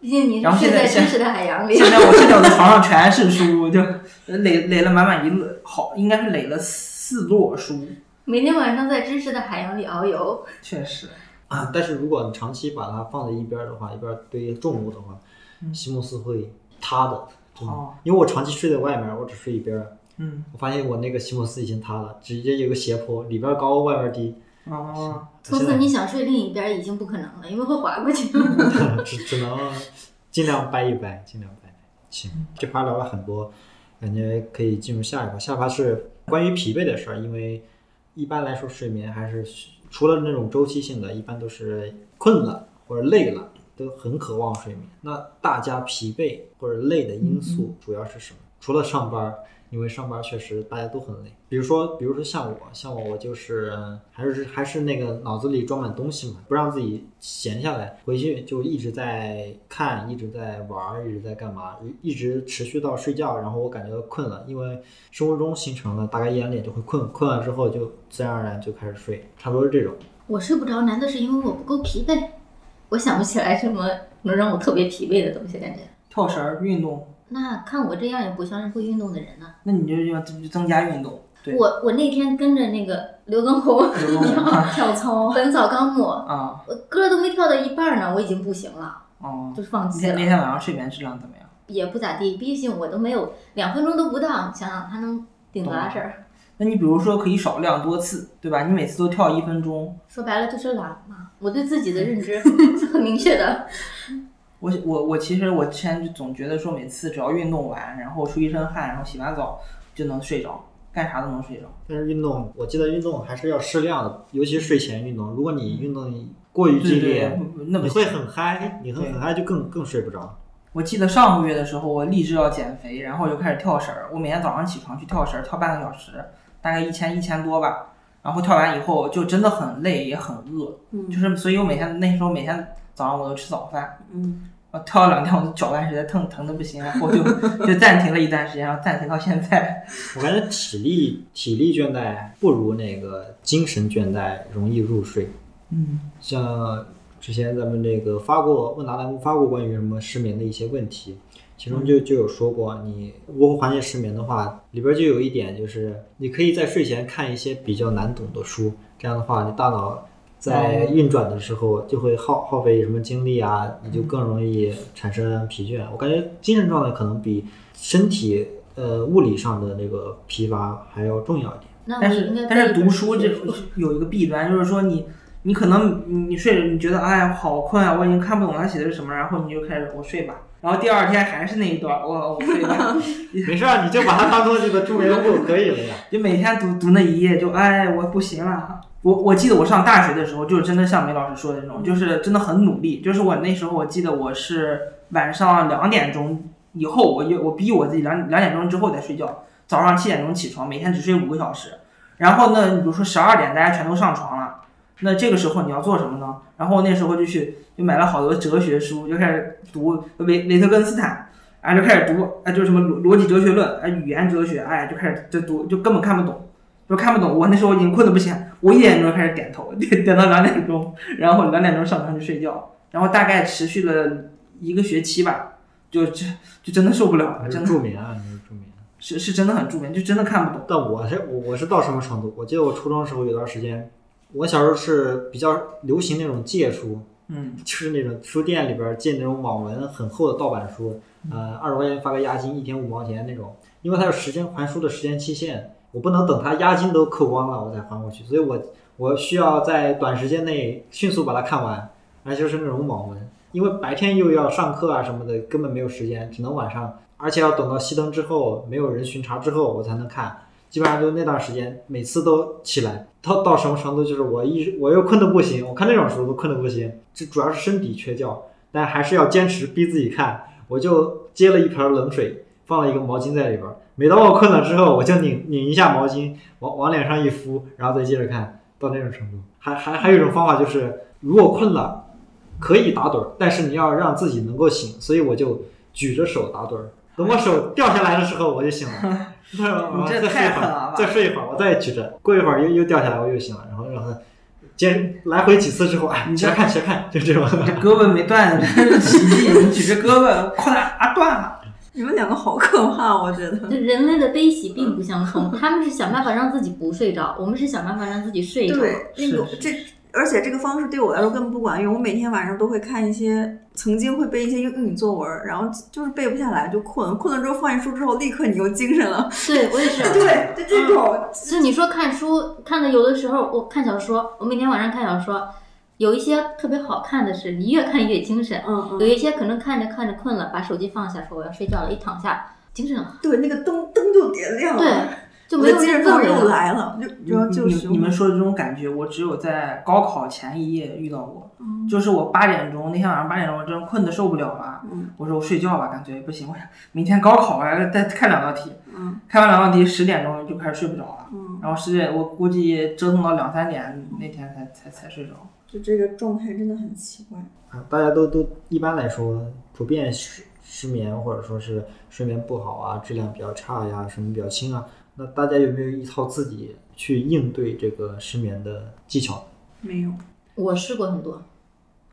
[SPEAKER 3] 毕竟你
[SPEAKER 2] 然
[SPEAKER 3] 是
[SPEAKER 2] 后
[SPEAKER 3] 睡
[SPEAKER 2] 现在
[SPEAKER 3] 在真
[SPEAKER 2] 现
[SPEAKER 3] 实的海洋里
[SPEAKER 2] 现，在我现在我的床上全是书，就垒垒了满满一摞，好应该是垒了四摞书，
[SPEAKER 3] [laughs] 每天晚上在真实的海洋里遨游。
[SPEAKER 2] 确实。
[SPEAKER 1] 啊，但是如果你长期把它放在一边儿的话，一边儿堆重物的话，
[SPEAKER 2] 嗯
[SPEAKER 1] 席慕斯会塌的。真的
[SPEAKER 2] 哦，
[SPEAKER 1] 因为我长期睡在外面儿，我只睡一边儿，
[SPEAKER 2] 嗯，
[SPEAKER 1] 我发现我那个席慕斯已经塌了，直接有个斜坡，里边儿高，外边儿低。
[SPEAKER 2] 哦，
[SPEAKER 3] 从此你想睡另一边已经不可能了，因为会滑
[SPEAKER 2] [laughs]
[SPEAKER 3] 过去。 [laughs]
[SPEAKER 1] [laughs] 只只能尽量掰一掰，尽量掰一掰。行，这趴聊了很多，感觉可以进入下一趴。下一趴是关于疲惫的事儿，因为一般来说睡眠还是除了那种周期性的，一般都是困了或者累了，都很渴望睡眠。那大家疲惫或者累的因素主要是什么？除了上班儿。因为上班儿确实大家都很累，比如说，比如说像我，像我，我就是呃还是还是那个脑子里装满东西嘛，不让自己闲下来，回去就一直在看，一直在玩儿，一直在干嘛，一直持续到睡觉，然后我感觉困了，因为生物钟形成了，大概一两点就会困，困了之后就自然而然就开始睡，差不多是这种。
[SPEAKER 3] 我睡不着，难道是因为我不够疲惫？我想不起来什么能让我特别疲惫的东西，感觉。
[SPEAKER 2] 跳绳儿运动，
[SPEAKER 3] 那看我这样也不像是会运动的人呢、
[SPEAKER 2] 那你就要增增加运动，对，
[SPEAKER 3] 我我那天跟着那个刘畊宏《
[SPEAKER 2] 游泳
[SPEAKER 5] [laughs]
[SPEAKER 2] 啊
[SPEAKER 5] 跳操，
[SPEAKER 3] 本草纲目》，
[SPEAKER 2] 啊，
[SPEAKER 3] 我歌都没跳到一半呢，我已经不行了，
[SPEAKER 2] 哦，
[SPEAKER 3] 就放
[SPEAKER 2] 那
[SPEAKER 3] 弃
[SPEAKER 2] 天
[SPEAKER 3] 了，
[SPEAKER 2] 那天晚上睡眠质量怎么样？
[SPEAKER 3] 也不咋地。毕竟我都没有两分钟都不到，你想想他能顶多大事
[SPEAKER 2] 哦
[SPEAKER 3] 儿？
[SPEAKER 2] 那你比如说可以少量多次，对吧？你每次都跳一分钟，
[SPEAKER 3] 说白了就是懒嘛。我对自己的认知
[SPEAKER 2] 嗯
[SPEAKER 3] 是 [laughs] 很明
[SPEAKER 2] [laughs]
[SPEAKER 3] 确的。
[SPEAKER 2] 我我我其实我之前就总觉得说每次只要运动完，然后出一身汗，然后洗完澡就能睡着，干啥都能睡着。
[SPEAKER 1] 但是运动，我记得运动还是要适量的，尤其是睡前运动。如果你运动过于激
[SPEAKER 2] 嗯对对，
[SPEAKER 1] 烈，
[SPEAKER 2] 不不那不
[SPEAKER 1] 你
[SPEAKER 2] 行
[SPEAKER 1] 会很嗨，你会
[SPEAKER 2] 对
[SPEAKER 1] 很嗨就更更睡不着。
[SPEAKER 2] 我记得上个月的时候，我立志要减肥，然后就开始跳绳儿。我每天早上起床去跳绳儿，跳半个小时，大概一千一千多吧。然后跳完以后就真的很累，也很饿，
[SPEAKER 5] 嗯
[SPEAKER 2] 就是所以我每天那时候每天早上我都吃早饭，
[SPEAKER 5] 嗯，
[SPEAKER 2] 然后跳了两天我的脚腕实在疼疼的不行，然后就 [laughs] 就暂停了一段时间，然后暂停到现在。
[SPEAKER 1] 我感觉体力体力倦怠不如那个精神倦怠容易入睡。
[SPEAKER 2] 嗯，
[SPEAKER 1] 像之前咱们这个发过问答栏目发过关于什么失眠的一些问题，其中就就有说过，你如何缓解失眠的话，里边就有一点就是你可以在睡前看一些比较难懂的书，这样的话你大脑在运转的时候就会耗耗费什么精力啊，你就更容易产生疲倦。我感觉精神状态可能比身体呃物理上的那个疲乏还要重要一点。
[SPEAKER 3] 那
[SPEAKER 2] 但
[SPEAKER 3] 我应
[SPEAKER 2] 是
[SPEAKER 3] 该
[SPEAKER 2] 但是
[SPEAKER 3] 可以
[SPEAKER 2] 读书这
[SPEAKER 3] 读
[SPEAKER 2] 有一个弊端，就是说你你可能你你睡着你觉得哎呀好困啊，我已经看不懂他写的是什么，然后你就开始我睡吧，然后第二天还是那一段，我我睡
[SPEAKER 3] [laughs]
[SPEAKER 2] 吧，
[SPEAKER 1] 没事儿，你就把它当做这个助眠物可以了 [laughs] 呀。
[SPEAKER 2] 就每天读读那一页就哎我不行了。我我记得我上大学的时候，就是真的像梅老师说的那种，
[SPEAKER 3] 嗯
[SPEAKER 2] 就是真的很努力。就是我那时候我记得我是晚上两点钟以后，我就我逼我自己两两点钟之后再睡觉，早上七点钟起床，每天只睡五个小时。然后呢，你比如说十二点大家全都上床了，那这个时候你要做什么呢？然后那时候就去就买了好多哲学书，就开始读维维特根斯坦，啊就开始读啊就是什么逻逻辑哲学论啊语言哲学，哎就开始就读就根本看不懂，就看不懂。我那时候已经困得不行，我一点钟开始点头， [laughs] 点点到两点钟，然后两点钟上床去睡觉，然后大概持续了一个学期吧，就就就真的受不了了，
[SPEAKER 1] 还是
[SPEAKER 2] 真的
[SPEAKER 1] 助眠啊，还是助眠。
[SPEAKER 2] 是是真的很助眠，就真的看不懂。
[SPEAKER 1] 但我是我我是到什么程度？我记得我初中的时候有段时间，我小时候是比较流行那种借书，
[SPEAKER 2] 嗯
[SPEAKER 1] [laughs] 就是那种书店里边儿借那种网文很厚的盗版书，呃，二十块钱发个押金，一天五毛钱那种，因为它有时间还书的时间期限，我不能等它押金都扣光了我再还回去，所以我我需要在短时间内迅速把它看完，而且就是那种网文，因为白天又要上课啊什么的，根本没有时间，只能晚上，而且要等到熄灯之后，没有人巡查之后我才能看。基本上就那段时间，每次都起来，到到什么程度，就是我一我又困得不行，我看那种书都困得不行，这主要是身体缺觉，但还是要坚持逼自己看。我就接了一盆冷水，放了一个毛巾在里边儿。每当我困了之后，我就拧拧一下毛巾，往往脸上一敷，然后再接着看，到那种程度。还还还有一种方法就是，如果困了，可以打盹儿，但是你要让自己能够醒，所以我就举着手打盹儿。等我手掉下来的时候，我就醒了。 [laughs]
[SPEAKER 2] 你这
[SPEAKER 1] 再睡一
[SPEAKER 2] 太
[SPEAKER 1] 会
[SPEAKER 2] 狠了
[SPEAKER 1] 儿
[SPEAKER 2] 吧，
[SPEAKER 1] 再睡一会儿，我再举着。过一会儿又又掉下来，我又醒了，然后然后接来回几次之后，哎，起来看，起来看，就 [laughs] 这种。
[SPEAKER 2] 这胳膊没断， [laughs] 这奇迹！你举着胳膊，哐当啊断了。
[SPEAKER 5] 你们两个好可怕，我觉得。
[SPEAKER 3] [laughs] 就人类的悲喜并不相通，
[SPEAKER 2] 嗯
[SPEAKER 3] 他们是想办法让自己不睡
[SPEAKER 2] [laughs]
[SPEAKER 3] 着，我们是想办法让自己睡着。
[SPEAKER 5] 对，那有这，而且这个方式对我来说根本不管用。我每天晚上都会看一些，曾经会背一些英语作文，然后就是背不下来就困，困了之后放下书之后，立刻你又精神了。
[SPEAKER 3] 对我
[SPEAKER 2] [laughs]
[SPEAKER 3] 也是。
[SPEAKER 5] [laughs] 对，就这种，
[SPEAKER 3] 就你说看书看的，有的时候我看小说，我每天晚上看小说，有一些特别好看的是，你越看越精神；
[SPEAKER 5] 嗯
[SPEAKER 3] 有
[SPEAKER 5] 嗯，
[SPEAKER 3] 一些可能看着看着困了，把手机放下，说我要睡觉了，一躺下精神了，
[SPEAKER 5] 对，那个灯灯就点亮了，
[SPEAKER 3] 对，就
[SPEAKER 5] 我
[SPEAKER 3] 没
[SPEAKER 5] 的
[SPEAKER 3] 有
[SPEAKER 5] 精
[SPEAKER 3] 那
[SPEAKER 5] 神状
[SPEAKER 3] 氛
[SPEAKER 5] 态
[SPEAKER 3] 围
[SPEAKER 5] 又
[SPEAKER 3] 了。
[SPEAKER 5] 来了，就
[SPEAKER 2] 你
[SPEAKER 5] 主要就
[SPEAKER 2] 你
[SPEAKER 5] 是
[SPEAKER 2] 嗯你们说的这种感觉，我只有在高考前一夜遇到过。
[SPEAKER 5] 哦
[SPEAKER 2] 就是我八点钟那天晚上八点钟，我真困得受不了了。
[SPEAKER 5] 嗯
[SPEAKER 2] 我说我睡觉吧，感觉不行，我想明天高考啊，再看两道题。
[SPEAKER 5] 嗯
[SPEAKER 2] 看完两道题，十点钟就开始睡不着了。
[SPEAKER 5] 嗯，
[SPEAKER 2] 然后十点，我估计折腾到两三点那天才才才睡着。
[SPEAKER 5] 就这个状态真的很奇怪。
[SPEAKER 1] 啊，大家都都一般来说普遍失失眠或者说是睡眠不好啊，质量比较差呀，什么比较轻啊，那大家有没有一套自己去应对这个失眠的技巧？
[SPEAKER 5] 没有
[SPEAKER 3] 我试过很多，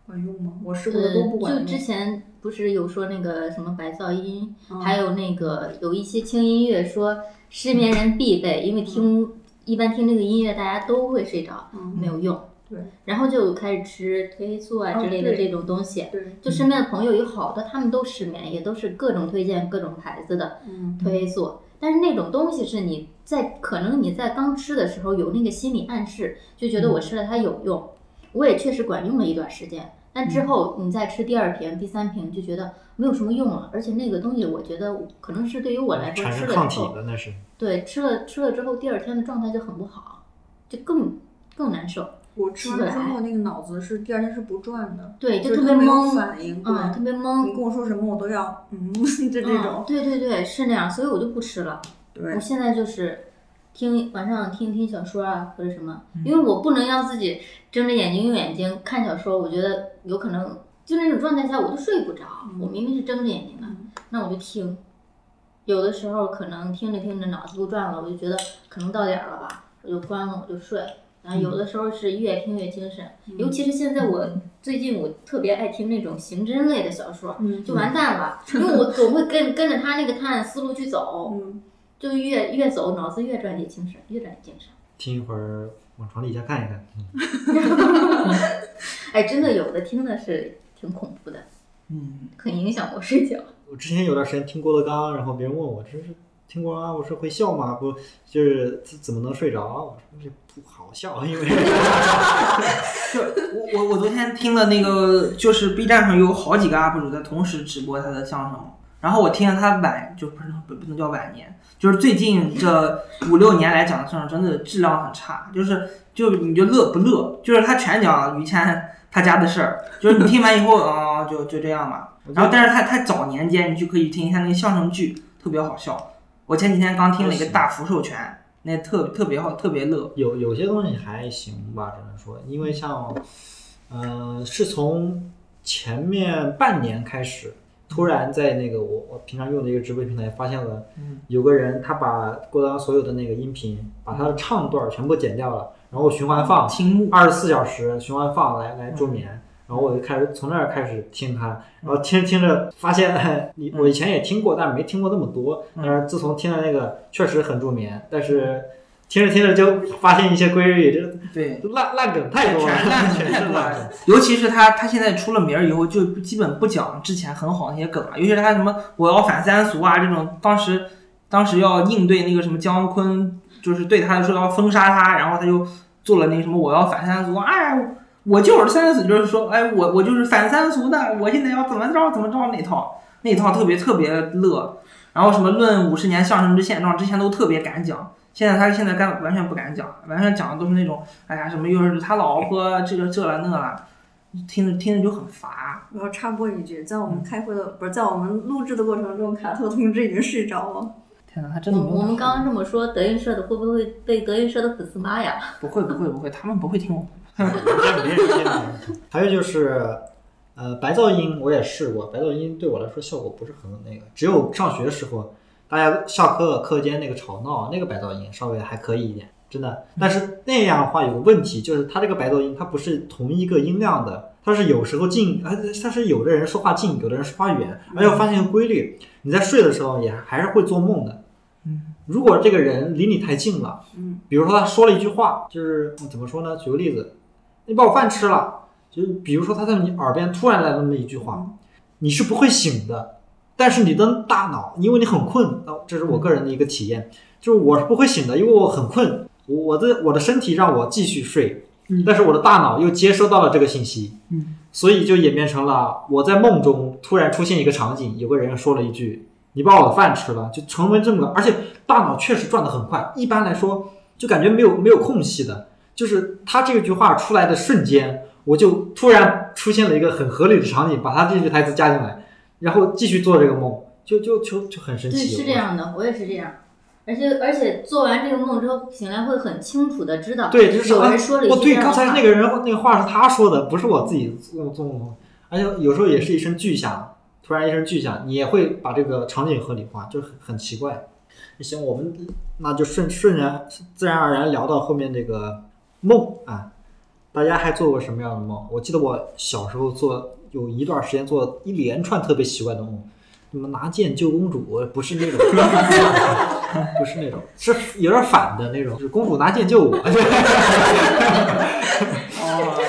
[SPEAKER 5] 管用吗？我试过的都
[SPEAKER 3] 嗯，
[SPEAKER 5] 不管
[SPEAKER 3] 就
[SPEAKER 5] 用。
[SPEAKER 3] 之前不是有说那个什么白噪音，
[SPEAKER 5] 嗯
[SPEAKER 3] 还有那个有一些轻音乐，说失眠人必备，因为听一般听这个音乐大家都会睡着，
[SPEAKER 5] 嗯
[SPEAKER 3] 没有用。
[SPEAKER 5] 对，
[SPEAKER 3] 然后就开始吃褪黑素啊
[SPEAKER 5] 哦
[SPEAKER 3] 之类的
[SPEAKER 5] 对嗯
[SPEAKER 3] 这种东西。
[SPEAKER 5] 对，
[SPEAKER 3] 就身边的朋友有好的，他们都失眠，也都是各种推荐各种牌子的
[SPEAKER 5] 嗯
[SPEAKER 3] 褪黑素。但是那种东西是你在可能你在刚吃的时候有那个心理暗示，就觉得
[SPEAKER 5] 嗯
[SPEAKER 3] 我吃了它有用，我也确实管用了一段时间。但
[SPEAKER 5] 嗯
[SPEAKER 3] 之后你再吃第二瓶、第三瓶，就觉得没有什么用了。而且那个东西，我觉得可能是对于我来说
[SPEAKER 1] 产
[SPEAKER 3] 吃
[SPEAKER 1] 生
[SPEAKER 3] 了
[SPEAKER 1] 抗
[SPEAKER 3] 之
[SPEAKER 1] 体
[SPEAKER 3] 后，
[SPEAKER 1] 的那是。
[SPEAKER 3] 对吃了吃了之后，第二天的状态就很不好，就更更难受。
[SPEAKER 5] 我吃完
[SPEAKER 3] 起不
[SPEAKER 5] 之
[SPEAKER 3] 来
[SPEAKER 5] 后，那个脑子是第二天是不转的，
[SPEAKER 3] 对，就
[SPEAKER 5] 就是
[SPEAKER 3] 特
[SPEAKER 5] 它
[SPEAKER 3] 别
[SPEAKER 5] 没有
[SPEAKER 3] 懵，
[SPEAKER 5] 反应。对，
[SPEAKER 3] 嗯，特别
[SPEAKER 5] 你
[SPEAKER 3] 懵。
[SPEAKER 5] 跟我说什么我都要嗯，就这 [laughs]
[SPEAKER 3] 嗯
[SPEAKER 5] 种。
[SPEAKER 3] 对对对，是那样，所以我就不吃了。
[SPEAKER 5] 对
[SPEAKER 3] 我，现在就是听晚上听一听小说啊，或者什么，因为我不能让自己睁着眼睛用眼睛看小说，我觉得有可能就那种状态下我就睡不着，我明明是睁着眼睛的，那我就听，有的时候可能听着听着脑子不转了，我就觉得可能到点儿了吧，我就关了，我就睡。然后有的时候是越听越精神，尤其是现在我最近我特别爱听那种刑侦类的小说，
[SPEAKER 5] 嗯
[SPEAKER 3] 就完蛋了，因为我总会跟跟着他那个探案思路去走，
[SPEAKER 5] 嗯，
[SPEAKER 3] 就越越走脑子越转越精神，越转越精神。
[SPEAKER 1] 听一会儿往床底下看一看。嗯
[SPEAKER 3] 哎，真的有的听的是挺恐怖的，
[SPEAKER 2] 嗯，
[SPEAKER 3] 很影响我睡觉。
[SPEAKER 1] 我之前有段时间听郭德纲，然后别人问我，这是听郭德纲不是会笑吗？不就是怎怎么能睡着啊？我说这不好笑，因为 [laughs]
[SPEAKER 2] 就我我我昨天听了那个，就是 B 站上有好几个 UP 主在同时直播他的相声，然后我听了他晚就不是不不能叫晚年，就是最近这五六年来讲的相声真的质量很差，就是就你就乐不乐，就是他全讲于谦他家的事儿，就是你听完以后啊、就就这样吧，然后，但是他他早年间你就可以听一下那个相声剧，特别好笑。我前几天刚听了一个大福寿全，那特特别好，特别乐。
[SPEAKER 1] 有有些东西还行吧，只能说，因为像，呃，是从前面半年开始，突然在那个我我平常用的一个直播平台发现了
[SPEAKER 2] 嗯，
[SPEAKER 1] 有个人他把郭德纲所有的那个音频，把他的唱段儿全部剪掉了，然后循环放，
[SPEAKER 2] 青木
[SPEAKER 1] 二十四小时循环放来来助眠。然后我就开始从那儿开始听他，然后听着听着发现， [laughs] 哎你我以前也听过，但是没听过那么多。但是自从听了那个，确实很助眠。但是听着听着就发现一些规律，这
[SPEAKER 2] 对，
[SPEAKER 1] 烂烂梗太多了，
[SPEAKER 2] 全烂梗
[SPEAKER 1] 全
[SPEAKER 2] 太
[SPEAKER 1] 是
[SPEAKER 2] 多
[SPEAKER 1] 烂
[SPEAKER 2] 了
[SPEAKER 1] 梗。。
[SPEAKER 2] 尤其是他他现在出了名儿以后，就基本不讲之前很好的那些梗了。尤其是他什么我要反三俗啊这种，当时当时要应对那个什么姜昆，就是对他说要封杀他，然后他就做了那个什么我要反三俗，哎。我就是三俗，就是说，哎，我我就是反三俗的，我现在要怎么着怎么着那套，那套特别特别乐，然后什么论五十年相声之现状，之前都特别敢讲，现在他现在干完全不敢讲，完全讲的都是那种，哎呀，什么又是他老婆这个这了那了，听着听着就很乏。
[SPEAKER 5] 我要插播一句，在我
[SPEAKER 3] 嗯
[SPEAKER 5] 们开会的不是在我们录制的过程中，卡特同志已经睡着了。
[SPEAKER 2] 天哪，他真
[SPEAKER 3] 我
[SPEAKER 2] 的没有
[SPEAKER 3] 我们刚刚这么说，德云社的会不会被德云社的粉丝骂呀？
[SPEAKER 2] 不会不会不会，他们不会听我们。
[SPEAKER 1] 别人听的 [laughs] 还有就是，呃，白噪音我也试过，白噪音对我来说效果不是很那个，只有上学的时候，大家下课课间那个吵闹，那个白噪音稍微还可以一点，真的。但是那样的话有个问题，就是它这个白噪音它不是同一个音量的，它是有时候近，呃，它是有的人说话近，有的人说话远，而且我发现一个规律，你在睡的时候也还是会做梦的。
[SPEAKER 2] 嗯，
[SPEAKER 1] 如果这个人离你太近了，
[SPEAKER 5] 嗯，
[SPEAKER 1] 比如说他说了一句话，就是嗯怎么说呢？举个例子，你把我饭吃了，就是比如说他在你耳边突然来了那么一句话，你是不会醒的，但是你的大脑，因为你很困，哦，这是我个人的一个体验，就是我是不会醒的，因为我很困，我我的我的身体让我继续睡，
[SPEAKER 2] 嗯
[SPEAKER 1] 但是我的大脑又接收到了这个信息，
[SPEAKER 2] 嗯，
[SPEAKER 1] 所以就演变成了我在梦中突然出现一个场景，有个人说了一句。你把我的饭吃了，就成为这么个，而且大脑确实转得很快。一般来说，就感觉没有没有空隙的，就是他这句话出来的瞬间，我就突然出现了一个很合理的场景，把他这句台词加进来，然后继续做这个梦，就就就就很神
[SPEAKER 3] 对，
[SPEAKER 1] 奇。
[SPEAKER 3] 是这样的，我也是这样。而且而且做完这个梦之后，醒来会很清楚的知道，
[SPEAKER 1] 对，就是
[SPEAKER 3] 有
[SPEAKER 1] 啊
[SPEAKER 3] 人说了一
[SPEAKER 1] 我对
[SPEAKER 3] 句这样的
[SPEAKER 1] 刚才
[SPEAKER 3] 话
[SPEAKER 1] 那个人那个话是他说的，不是我自己做做梦，而且有时候也是一声巨响，突然一声巨响，你也会把这个场景合理化，就很很奇怪。行，我们那就顺顺然自然而然聊到后面这个梦啊，大家还做过什么样的梦？我记得我小时候做有一段时间做一连串特别奇怪的梦，什么拿剑救公主，不是那种， [laughs] 不是那种，是有点反的那种，就是公主拿剑救我。 [laughs]
[SPEAKER 2] 哦，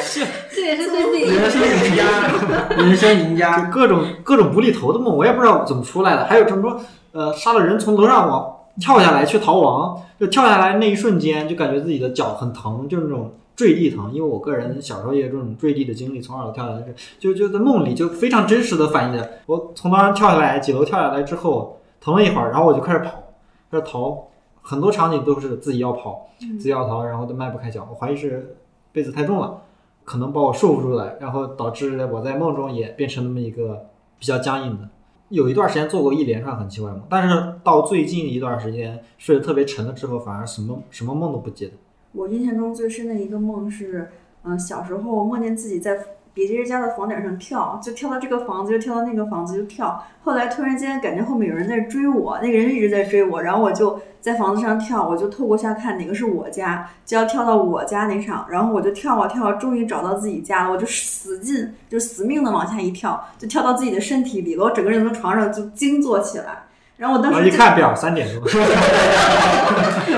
[SPEAKER 3] 这 [laughs] 也是对自己
[SPEAKER 2] 人生赢家，人生赢
[SPEAKER 1] 就
[SPEAKER 3] [laughs]
[SPEAKER 2] 家。
[SPEAKER 1] 各种各种无厘头的梦，我也不知道怎么出来的。还有什么呃，杀了人从楼上往跳下来去逃亡，就跳下来那一瞬间就感觉自己的脚很疼，就是那种坠地疼。因为我个人小时候也有这种坠地的经历，从二楼跳下来，就就在梦里就非常真实的反映着我从楼上跳下来，几楼跳下来之后疼了一会儿，然后我就开始跑，开始逃。很多场景都是自己要跑，自己要逃，然后都迈不开脚。我怀疑是被子太重了。可能把我束缚住了，然后导致我在梦中也变成那么一个比较僵硬的。有一段时间做过一连串很奇怪的梦，但是到最近一段时间睡得特别沉了之后，反而什么什么梦都不记得。
[SPEAKER 5] 我印象中最深的一个梦是，嗯、小时候梦见自己在别人家的房顶上跳，就跳到这个房子，又跳到那个房子，就跳。后来突然间感觉后面有人在追我，那个人一直在追我，然后我就在房子上跳，我就透过下看哪个是我家，就要跳到我家那上，然后我就跳啊跳啊，终于找到自己家了，我就使劲，就死命的往下一跳，就跳到自己的身体里了，我整个人从床上就惊坐起来。然后我当
[SPEAKER 1] 然后
[SPEAKER 5] 时
[SPEAKER 1] 一
[SPEAKER 5] 就
[SPEAKER 1] 看表，三点钟。 [laughs]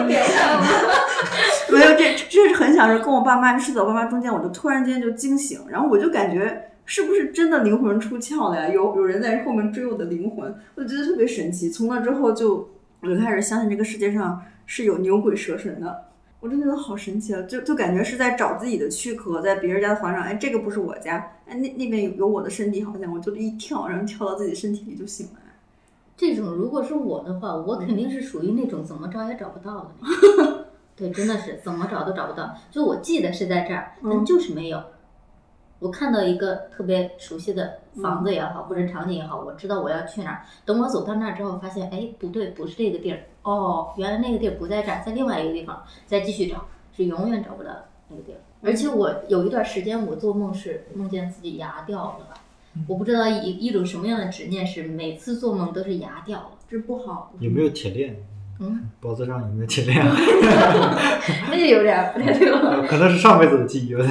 [SPEAKER 3] 脸上
[SPEAKER 5] [laughs] 没有，这这是很小时候跟我爸妈这睡在我爸妈中间，我就突然间就惊醒，然后我就感觉是不是真的灵魂出窍了呀？有有人在后面追我的灵魂，我就觉得特别神奇。从那之后就我就开始相信这个世界上是有牛鬼蛇神的。我真觉得好神奇啊！就就感觉是在找自己的躯壳，在别人家的房上，哎，这个不是我家，哎，那那边有有我的身体，好像我就一跳，然后跳到自己的身体里就醒来。
[SPEAKER 3] 这种如果是我的话，我肯定是属于那种怎么找也找不到的那种。对，真的是怎么找都找不到。就我记得是在这儿，但
[SPEAKER 5] 嗯
[SPEAKER 3] 就是没有。我看到一个特别熟悉的房子也好，或者场景也好，我知道我要去哪儿。等我走到那儿之后，发现哎不对，不是这个地儿。哦，原来那个地儿不在这儿，在另外一个地方。再继续找，是永远找不到那个地儿。而且我有一段时间，我做梦是梦见自己牙掉了，我不知道一一种什么样的执念是每次做梦都是牙掉了。
[SPEAKER 5] 这不好，
[SPEAKER 1] 有没有铁链？
[SPEAKER 3] 嗯，
[SPEAKER 1] [laughs] 脖子上有没有铁链？
[SPEAKER 3] [laughs]
[SPEAKER 1] 啊
[SPEAKER 3] 那就有点儿不太对了。
[SPEAKER 1] [laughs] 可能是上辈子的记忆。
[SPEAKER 3] [laughs]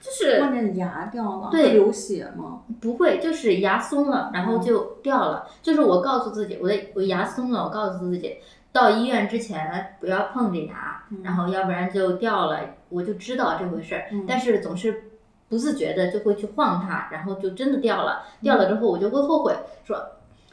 [SPEAKER 3] 就是
[SPEAKER 5] 关键牙掉了，
[SPEAKER 3] 对
[SPEAKER 5] 会流血吗？
[SPEAKER 3] 不会，就是牙松了，然后就掉了。就是我告诉自己，我的我牙松了，我告诉自己，到医院之前不要碰着牙，
[SPEAKER 5] 嗯
[SPEAKER 3] 然后要不然就掉了，我就知道这回事儿。
[SPEAKER 5] 嗯
[SPEAKER 3] 但是总是不自觉的就会去晃它，然后就真的掉了。
[SPEAKER 5] 嗯
[SPEAKER 3] 掉了之后，我就会后悔，说，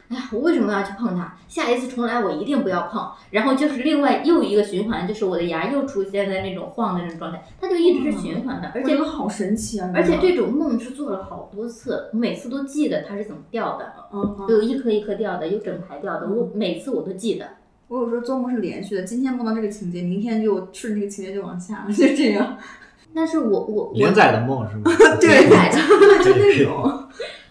[SPEAKER 3] 哎呀，我为什么要去碰它？下一次重来我一定不要碰。然后就是另外又一个循环，就是我的牙又出现在那种晃的那种状态，它就一直是循环的，而
[SPEAKER 5] 我
[SPEAKER 3] 且
[SPEAKER 5] 觉得好神奇啊！
[SPEAKER 3] 而
[SPEAKER 1] 嗯
[SPEAKER 3] 且
[SPEAKER 5] 真的，
[SPEAKER 3] 这种梦是做了好多次，我每次都记得它是怎么掉的，
[SPEAKER 5] 嗯嗯。
[SPEAKER 3] 有一颗一颗掉的，有整排掉的，
[SPEAKER 1] 嗯
[SPEAKER 3] 我每次我都记得。
[SPEAKER 5] 我有时候做梦是连续的，今天梦到这个情节，明天就顺着这个情节就往下了，就这样。
[SPEAKER 3] 但是我我我
[SPEAKER 1] 连载的梦是吗？
[SPEAKER 5] [laughs] 对
[SPEAKER 3] 连载的，
[SPEAKER 5] 真的有，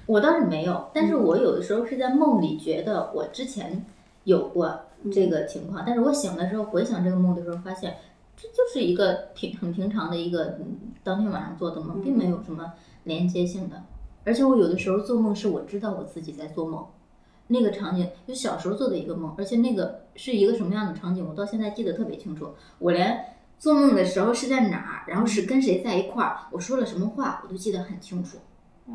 [SPEAKER 3] 我倒是没有，但
[SPEAKER 1] 嗯
[SPEAKER 3] 是我有的时候是在梦里觉得我之前有过
[SPEAKER 1] 嗯
[SPEAKER 3] 这个情况，但是我醒的时候回想这个梦的时候，发现这就是一个平很平常的一个嗯当天晚上做的梦，
[SPEAKER 5] 嗯
[SPEAKER 3] 并没有什么连接性的。而且我有的时候做梦是我知道我自己在做梦，那个场景就小时候做的一个梦，而且那个是一个什么样的场景，我到现在记得特别清楚。我连做梦的时候是在哪儿，然后是跟谁在一块儿，我说了什么话，我都记得很清楚。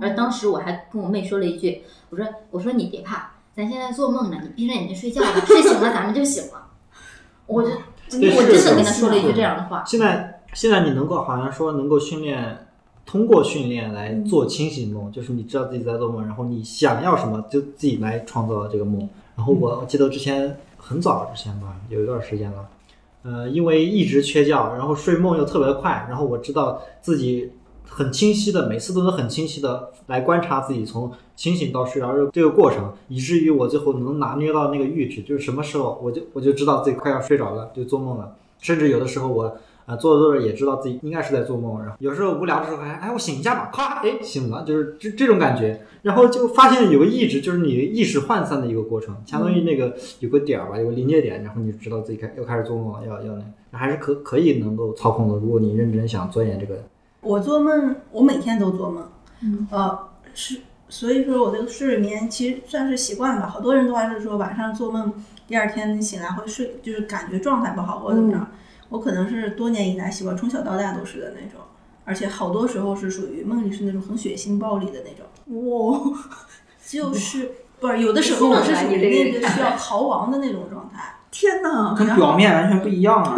[SPEAKER 3] 而当时我还跟我妹说了一句，我说我说你别怕，咱现在做梦呢，你闭上眼睛睡觉吧，睡醒了咱们就醒了。 [laughs] 我就
[SPEAKER 5] 真
[SPEAKER 1] 这
[SPEAKER 3] 我
[SPEAKER 1] 是
[SPEAKER 3] 真
[SPEAKER 1] 什么
[SPEAKER 3] 的跟她说了一句这样的话，
[SPEAKER 1] 现在现在你能够好像说能够训练，通过训练来做清醒梦，就是你知道自己在做梦，然后你想要什么就自己来创造这个梦。然后我我记得之前很早之前吧，有一段时间了，呃，因为一直缺觉，然后睡梦又特别快，然后我知道自己。很清晰的，每次都能很清晰的来观察自己从清醒到睡着这个过程，以至于我最后能拿捏到那个阈值，就是什么时候我就我就知道自己快要睡着了，就做梦了。甚至有的时候我啊，做着做着也知道自己应该是在做梦，然后有时候无聊的时候还哎我醒一下吧，咵哎醒了，就是这这种感觉，然后就发现有个意志，就是你意识涣散的一个过程，相当于那
[SPEAKER 5] 嗯
[SPEAKER 1] 个有个点儿吧，有个临界点，然后你就知道自己开又开始做梦了，要要那还是可可以能够操控的，如果你认真想钻研这个，
[SPEAKER 4] 我做梦，我每天都做梦，
[SPEAKER 5] 嗯
[SPEAKER 4] 呃，是，所以说我这个睡眠其实算是习惯吧。好多人都还是说晚上做梦，第二天醒来会睡，就是感觉状态不好或者怎么着。我可能是多年以来习惯，从小到大都是的那种，而且好多时候是属于梦里是那种很血腥暴力的那种，
[SPEAKER 5] 哇，
[SPEAKER 4] 就是不是有的时候我是属
[SPEAKER 3] 希望来你
[SPEAKER 4] 于那
[SPEAKER 3] 这个
[SPEAKER 4] 个需要逃亡的那种状态。
[SPEAKER 5] 天哪！
[SPEAKER 2] 跟表面完全不一样啊。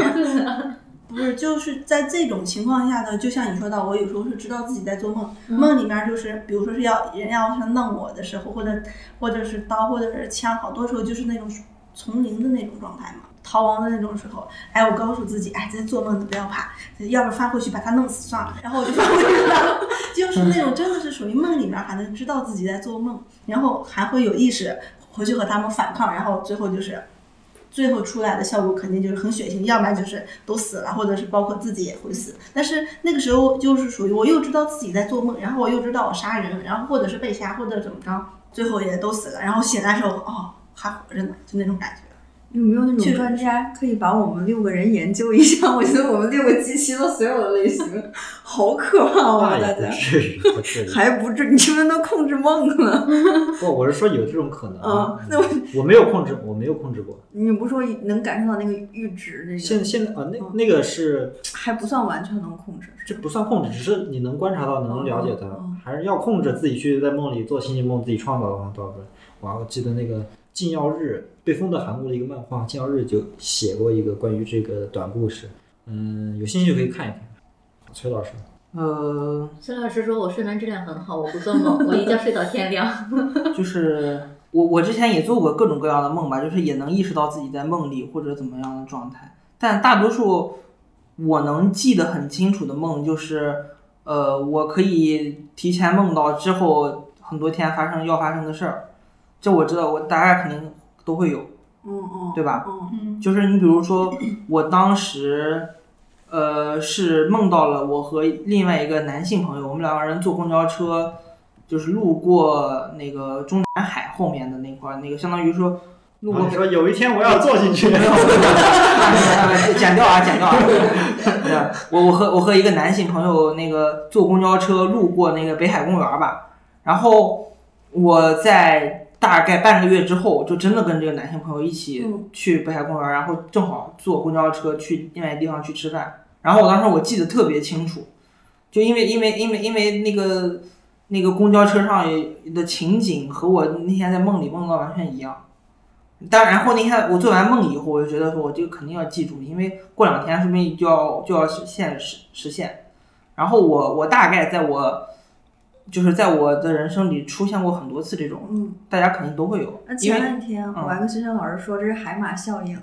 [SPEAKER 4] 不是，就是在这种情况下呢，就像你说到，我有时候是知道自己在做梦，梦里面就是，比如说是要人要是弄我的时候，或者或者是刀，或者是枪，好多时候就是那种丛林的那种状态嘛，逃亡的那种时候，哎，我告诉自己，哎，这做梦的不要怕，要不然翻回去把他弄死算了，然后我就翻回去了， [laughs] 就是那种真的是属于梦里面还能知道自己在做梦，然后还会有意识回去和他们反抗，然后最后就是最后出来的效果肯定就是很血腥，要不然就是都死了，或者是包括自己也会死。但是那个时候就是属于我又知道自己在做梦，然后我又知道我杀人，然后或者是被杀，或者怎么着，最后也都死了，然后醒来的时候哦还活着呢，就那种感觉。
[SPEAKER 5] 有没有那
[SPEAKER 4] 确
[SPEAKER 5] 种
[SPEAKER 4] 实
[SPEAKER 5] 专家可以把我们六个人研究一下？我觉得我们六个集齐了所有的类型，好可怕啊！
[SPEAKER 1] 那也
[SPEAKER 5] 大
[SPEAKER 1] 不
[SPEAKER 5] 家
[SPEAKER 1] 至于，不至于。
[SPEAKER 5] 还不至，你们都控制梦了。
[SPEAKER 1] 不，我是说有这种可能。
[SPEAKER 5] 啊那
[SPEAKER 1] 嗯我没有控制，我没有控制过。
[SPEAKER 5] 你不说能感受到那个阈值，那
[SPEAKER 1] 现
[SPEAKER 5] 个
[SPEAKER 1] 现啊，那
[SPEAKER 5] 嗯
[SPEAKER 1] 那个是
[SPEAKER 5] 还不算完全能控制，
[SPEAKER 1] 这
[SPEAKER 5] 是吧
[SPEAKER 1] 不算控制，只是你能观察到，能了解
[SPEAKER 2] 哦
[SPEAKER 1] 它
[SPEAKER 5] 嗯，
[SPEAKER 1] 还是要控制自己去在梦里做星星梦，自己创造的话，倒不是。哇，我记得那个《禁药日》，被封的韩国的一个漫画《禁药日》就写过一个关于这个短故事，嗯，有兴趣可以看一看。崔老师，
[SPEAKER 2] 呃，
[SPEAKER 3] 孙老师说我睡眠质量很好，我不做梦，我一觉睡到天亮。 [laughs]
[SPEAKER 2] 就是我我之前也做过各种各样的梦吧，就是也能意识到自己在梦里或者怎么样的状态，但大多数我能记得很清楚的梦就是，呃，我可以提前梦到之后很多天发生要发生的事儿，这我知道，我大家肯定都会有，
[SPEAKER 5] 嗯嗯，
[SPEAKER 2] 对吧？
[SPEAKER 5] 嗯，
[SPEAKER 4] 嗯，
[SPEAKER 2] 就是你比如说，我当时，呃，是梦到了我和另外一个男性朋友，我们两个人坐公交车，就是路过那个中南海后面的那块儿，那个相当于说
[SPEAKER 1] 如
[SPEAKER 2] 路过
[SPEAKER 1] 果啊说有一天我要坐进去，
[SPEAKER 2] 剪掉啊，剪掉啊！对我我和我和一个男性朋友那个坐公交车路过那个北海公园吧，然后我在大概半个月之后，就真的跟这个男性朋友一起
[SPEAKER 5] 嗯
[SPEAKER 2] 去北海公园，然后正好坐公交车去另外地方去吃饭。然后我当时我记得特别清楚，就因为因为因为因为那个那个公交车上的情景和我那天在梦里梦到完全一样。但然后那天我做完梦以后，我就觉得说我这个肯定要记住，因为过两天说不定就要就要实现实实现。然后我我大概在我就是在我的人生里出现过很多次这种，
[SPEAKER 5] 嗯，
[SPEAKER 2] 大家肯定都会有
[SPEAKER 5] 那，
[SPEAKER 2] 因
[SPEAKER 5] 前
[SPEAKER 2] 为
[SPEAKER 5] 两天
[SPEAKER 2] 嗯
[SPEAKER 5] 我还跟学校老师说这是海马效应，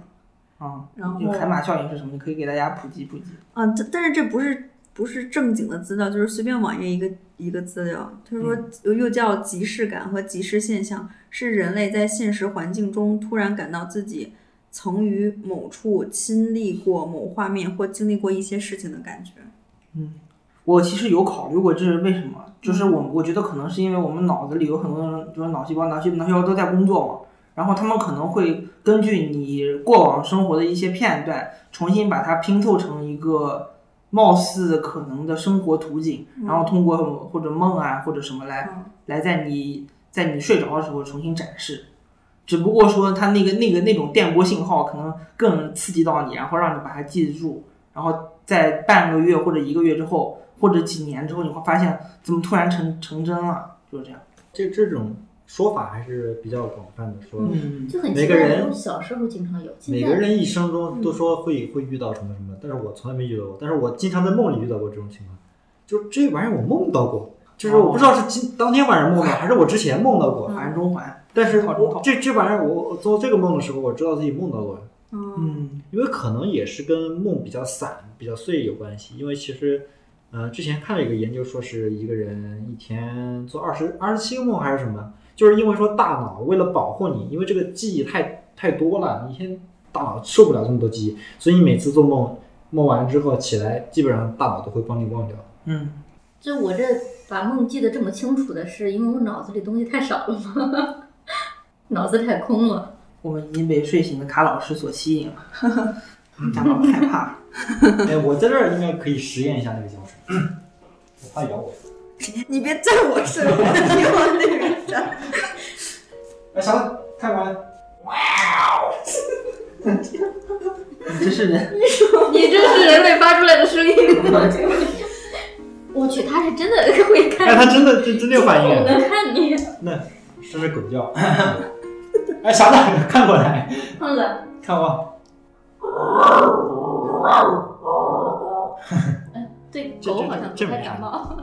[SPEAKER 2] 啊，
[SPEAKER 5] 然后
[SPEAKER 2] 就海马效应是什么？你可以给大家普及普及。
[SPEAKER 5] 啊，这但是这不是不是正经的资料，就是随便网页一个一个资料。他说
[SPEAKER 2] 嗯
[SPEAKER 5] 又又叫即视感和即视现象，是人类在现实环境中突然感到自己曾于某处亲历过某画面或经历过一些事情的感觉。
[SPEAKER 2] 我其实有考虑过这是为什么，就是我我觉得可能是因为我们脑子里有很多就是脑细胞、脑细脑细胞都在工作嘛，然后他们可能会根据你过往生活的一些片段，重新把它拼凑成一个貌似可能的生活图景，然后通过或者梦啊或者什么来
[SPEAKER 5] 嗯
[SPEAKER 2] 来在你在你睡着的时候重新展示。只不过说它那个那个那种电波信号可能更刺激到你，然后让你把它记住，然后在半个月或者一个月之后，或者几年之后，你会发现怎么突然成成真了，就是这样。
[SPEAKER 1] [laughs] 这这种说法还是比较广泛的说。
[SPEAKER 2] 嗯，
[SPEAKER 3] 就很
[SPEAKER 1] 每
[SPEAKER 3] 奇
[SPEAKER 1] 个
[SPEAKER 3] 怪，
[SPEAKER 1] 人
[SPEAKER 3] 我小时候经常有，现
[SPEAKER 1] 每个
[SPEAKER 3] 在嗯
[SPEAKER 1] 人一生中都说会会遇到什么什么，但是我从来没遇到过，但是我经常在梦里遇到过这种情况，就这玩意儿我梦到过，就是我不
[SPEAKER 3] 哦
[SPEAKER 1] 知道是今当天晚上梦到，还是我之前梦到
[SPEAKER 3] 嗯
[SPEAKER 1] 过，
[SPEAKER 2] 环中环。
[SPEAKER 1] 但是
[SPEAKER 2] 套中
[SPEAKER 1] 我
[SPEAKER 2] 套
[SPEAKER 1] 这这玩意儿我我做这个梦的时候，我知道自己梦到过，
[SPEAKER 5] 嗯
[SPEAKER 2] 嗯
[SPEAKER 1] 因为可能也是跟梦比较散、比较碎有关系，因为其实。呃，之前看了一个研究，说是一个人一天做二十二十七个梦还是什么，就是因为说大脑为了保护你，因为这个记忆太太多了，你一天大脑受不了这么多记忆，所以你每次做梦梦完之后起来，基本上大脑都会帮你忘掉。
[SPEAKER 2] 嗯，
[SPEAKER 3] 就我这把梦记得这么清楚的是，因为我脑子里东西太少了吗？ [laughs] 脑子太空了。 [laughs]
[SPEAKER 2] 我们已经被睡醒的卡老师所吸引了， [laughs] 感到害怕。
[SPEAKER 1] [laughs] 哎，我在这儿应该可以实验一下那个香水， [coughs] 我怕咬我。
[SPEAKER 5] 你别在我身边，你往那边站。
[SPEAKER 1] 哎，行了，看完了。
[SPEAKER 2] 你嗯这是人，
[SPEAKER 3] 你这是人类发出来的声音。 [laughs] 我去，他是真的 [laughs] 会看，
[SPEAKER 1] 哎，他真的真真的有反应，啊
[SPEAKER 3] 能看你。 [laughs]
[SPEAKER 1] 那这是狗叫。 [laughs] 哎，傻子，看过来。
[SPEAKER 3] 胖子，
[SPEAKER 1] 看我，
[SPEAKER 3] 对
[SPEAKER 1] 这
[SPEAKER 3] 狗
[SPEAKER 1] 这
[SPEAKER 3] 好像不
[SPEAKER 1] 这这
[SPEAKER 3] 太
[SPEAKER 1] 没啥
[SPEAKER 3] 感冒。